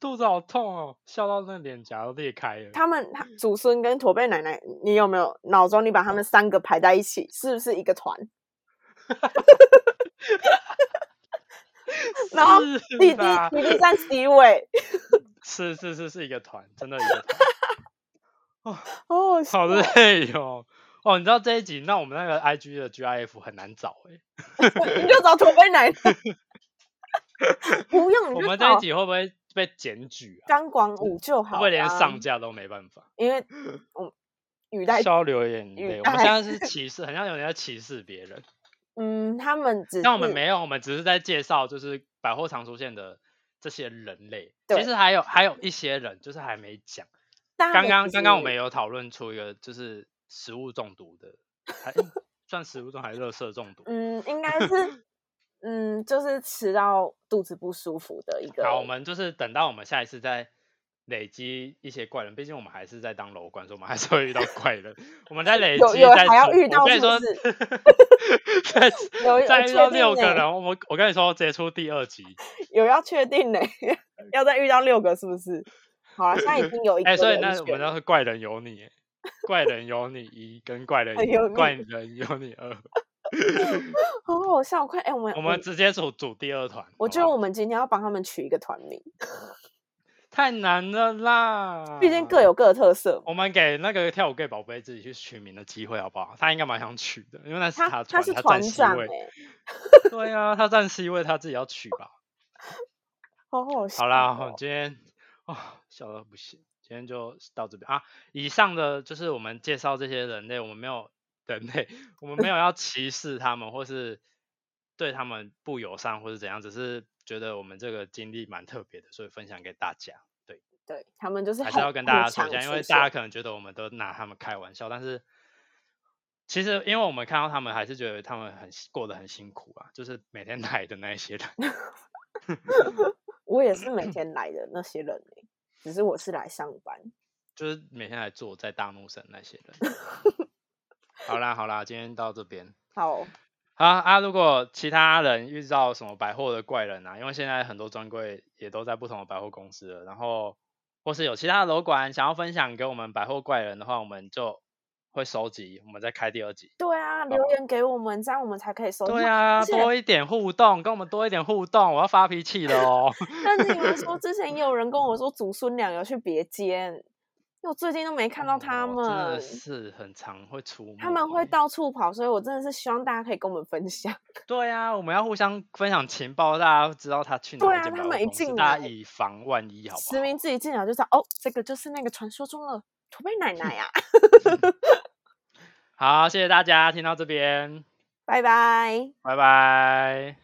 Speaker 2: 肚子好痛哦，笑到那脸颊都裂开了。
Speaker 3: 他们他祖孙跟驼背奶奶，你有没有脑中你把他们三个排在一起，是不是一个团？ 然后
Speaker 2: 是
Speaker 3: 弟弟
Speaker 2: 吧
Speaker 3: 弟弟站 C 位，
Speaker 2: 是是是是一个团，真的一个团，
Speaker 3: 哦，
Speaker 2: 好累哦。哦，你知道这一集，那我们那个 I G 的 G I F 很难找哎、
Speaker 3: 你就找驼背 奶奶，不用，
Speaker 2: 我
Speaker 3: 你就
Speaker 2: 们这一
Speaker 3: 找
Speaker 2: 集会不会被检举啊？
Speaker 3: 钢管舞就
Speaker 2: 会
Speaker 3: 好啦，
Speaker 2: 不会连上架都没办法？
Speaker 3: 因 为嗯，语带
Speaker 2: 交流眼
Speaker 3: 语
Speaker 2: 泪，我们
Speaker 3: 带
Speaker 2: 现在是歧视，很像有人在歧视别 人。
Speaker 3: 嗯，他们只
Speaker 2: 但我们
Speaker 3: 是
Speaker 2: 没有，我们只是在介绍，就是百货常出现的这些人类。
Speaker 3: 对啊
Speaker 2: 其实还有还有一些人，就是还没讲。
Speaker 3: 但他
Speaker 2: 刚
Speaker 3: 们
Speaker 2: 刚
Speaker 3: 其
Speaker 2: 刚刚我
Speaker 3: 实
Speaker 2: 们有讨论出一个，就是食物中毒的，还嗯算食物中还是垃圾中毒？
Speaker 3: 嗯， 应该是嗯，就是吃到肚子不舒服的一个。
Speaker 2: 好，我们就是等到我们下一次再累积一些怪人，毕竟我们还是在当楼管，所以我们还是会遇到怪人。我们在累
Speaker 3: 有
Speaker 2: 积，
Speaker 3: 有
Speaker 2: 在
Speaker 3: 还要
Speaker 2: 组
Speaker 3: 遇
Speaker 2: 我
Speaker 3: 到
Speaker 2: 跟
Speaker 3: 是不
Speaker 2: 你说
Speaker 3: 是
Speaker 2: 再
Speaker 3: 有有
Speaker 2: 再遇
Speaker 3: 确
Speaker 2: 到
Speaker 3: 定
Speaker 2: 六个
Speaker 3: 欸
Speaker 2: 人，我我跟你说，直接出第二集。
Speaker 3: 有要确定 呢、要再遇到六个是不是？好啊了，现在已经有一个
Speaker 2: 哎、所以
Speaker 3: 人
Speaker 2: 那我
Speaker 3: 选
Speaker 2: 们都
Speaker 3: 了
Speaker 2: 是怪人有你耶，怪人有你一跟怪人
Speaker 3: 有
Speaker 2: 怪人有 你二，
Speaker 3: 好好笑，快哎、我们
Speaker 2: 我们直接组组第二团。
Speaker 3: 我
Speaker 2: 好
Speaker 3: 觉得
Speaker 2: 不好
Speaker 3: 我们今天要帮他们取一个团名，
Speaker 2: 太难了啦，
Speaker 3: 毕竟各。有各的特色嘛。
Speaker 2: 我们给那个跳舞 gay 宝贝自己去取名的机会好不好？他应该蛮想取的，因为那是
Speaker 3: 他
Speaker 2: 团，
Speaker 3: 是
Speaker 2: 他
Speaker 3: 团
Speaker 2: 站 C
Speaker 3: 长哎、
Speaker 2: 位。对啊，他站 C 位，他自己要取吧。
Speaker 3: 好好笑、哦
Speaker 2: 好啦，我，今天啊、笑到不行，今天就到这边啊。以上的就是我们介绍这些人类，我们没有人类，我们没有要歧视他们，或是对他们不友善，或是怎样，只是觉得我们这个经历蛮特别的，所以分享给大家。
Speaker 3: 对他们就是
Speaker 2: 还是
Speaker 3: 很
Speaker 2: 要跟
Speaker 3: 很
Speaker 2: 大家说
Speaker 3: 常
Speaker 2: 一下，因
Speaker 3: 出
Speaker 2: 为
Speaker 3: 现
Speaker 2: 大家可能觉得我们都拿他们开玩笑，但是其实因为我们看到他们，还是觉得他们很辛过得很辛苦啊，就是每天来的那一些人。
Speaker 3: 我也是每天来的那些人、欸，只是我是来上班。
Speaker 2: 就是每天来坐在大怒神那些人。好啦好啦，今天到这边。
Speaker 3: 好，
Speaker 2: 好啊，如果其他人遇到什么百货的怪人啊，因为现在很多专柜也都在不同的百货公司了，然后或是有其他的楼管想要分享给我们百货怪人的话，我们就会收集，我们再开第二集。
Speaker 3: 对啊，留言给我们，这样我们才可以收集。
Speaker 2: 对啊，
Speaker 3: 而且
Speaker 2: 多一点互动，跟我们多一点互动，我要发脾气了哦。
Speaker 3: 但是你们 说之前也有人跟我说祖孙俩有去别间，因为我最近都没 看到他
Speaker 2: 哦真的
Speaker 3: 们，
Speaker 2: 是很常会出没欸。
Speaker 3: 他们会到处跑，所以我真的是希望大家可以跟我们分享。
Speaker 2: 对啊，我们要互相分享情报，大家知道他去哪
Speaker 3: 对
Speaker 2: 一
Speaker 3: 啊
Speaker 2: 间百
Speaker 3: 他
Speaker 2: 货
Speaker 3: 们一
Speaker 2: 公司
Speaker 3: 进
Speaker 2: 大家
Speaker 3: 来
Speaker 2: 以防万一，好不
Speaker 3: 实
Speaker 2: 好？
Speaker 3: 名自己进来就知道，哦，这个就是那个传说中的驼背奶奶呀、啊。
Speaker 2: 好，谢谢大家，听到这边，
Speaker 3: 拜拜。
Speaker 2: 拜拜。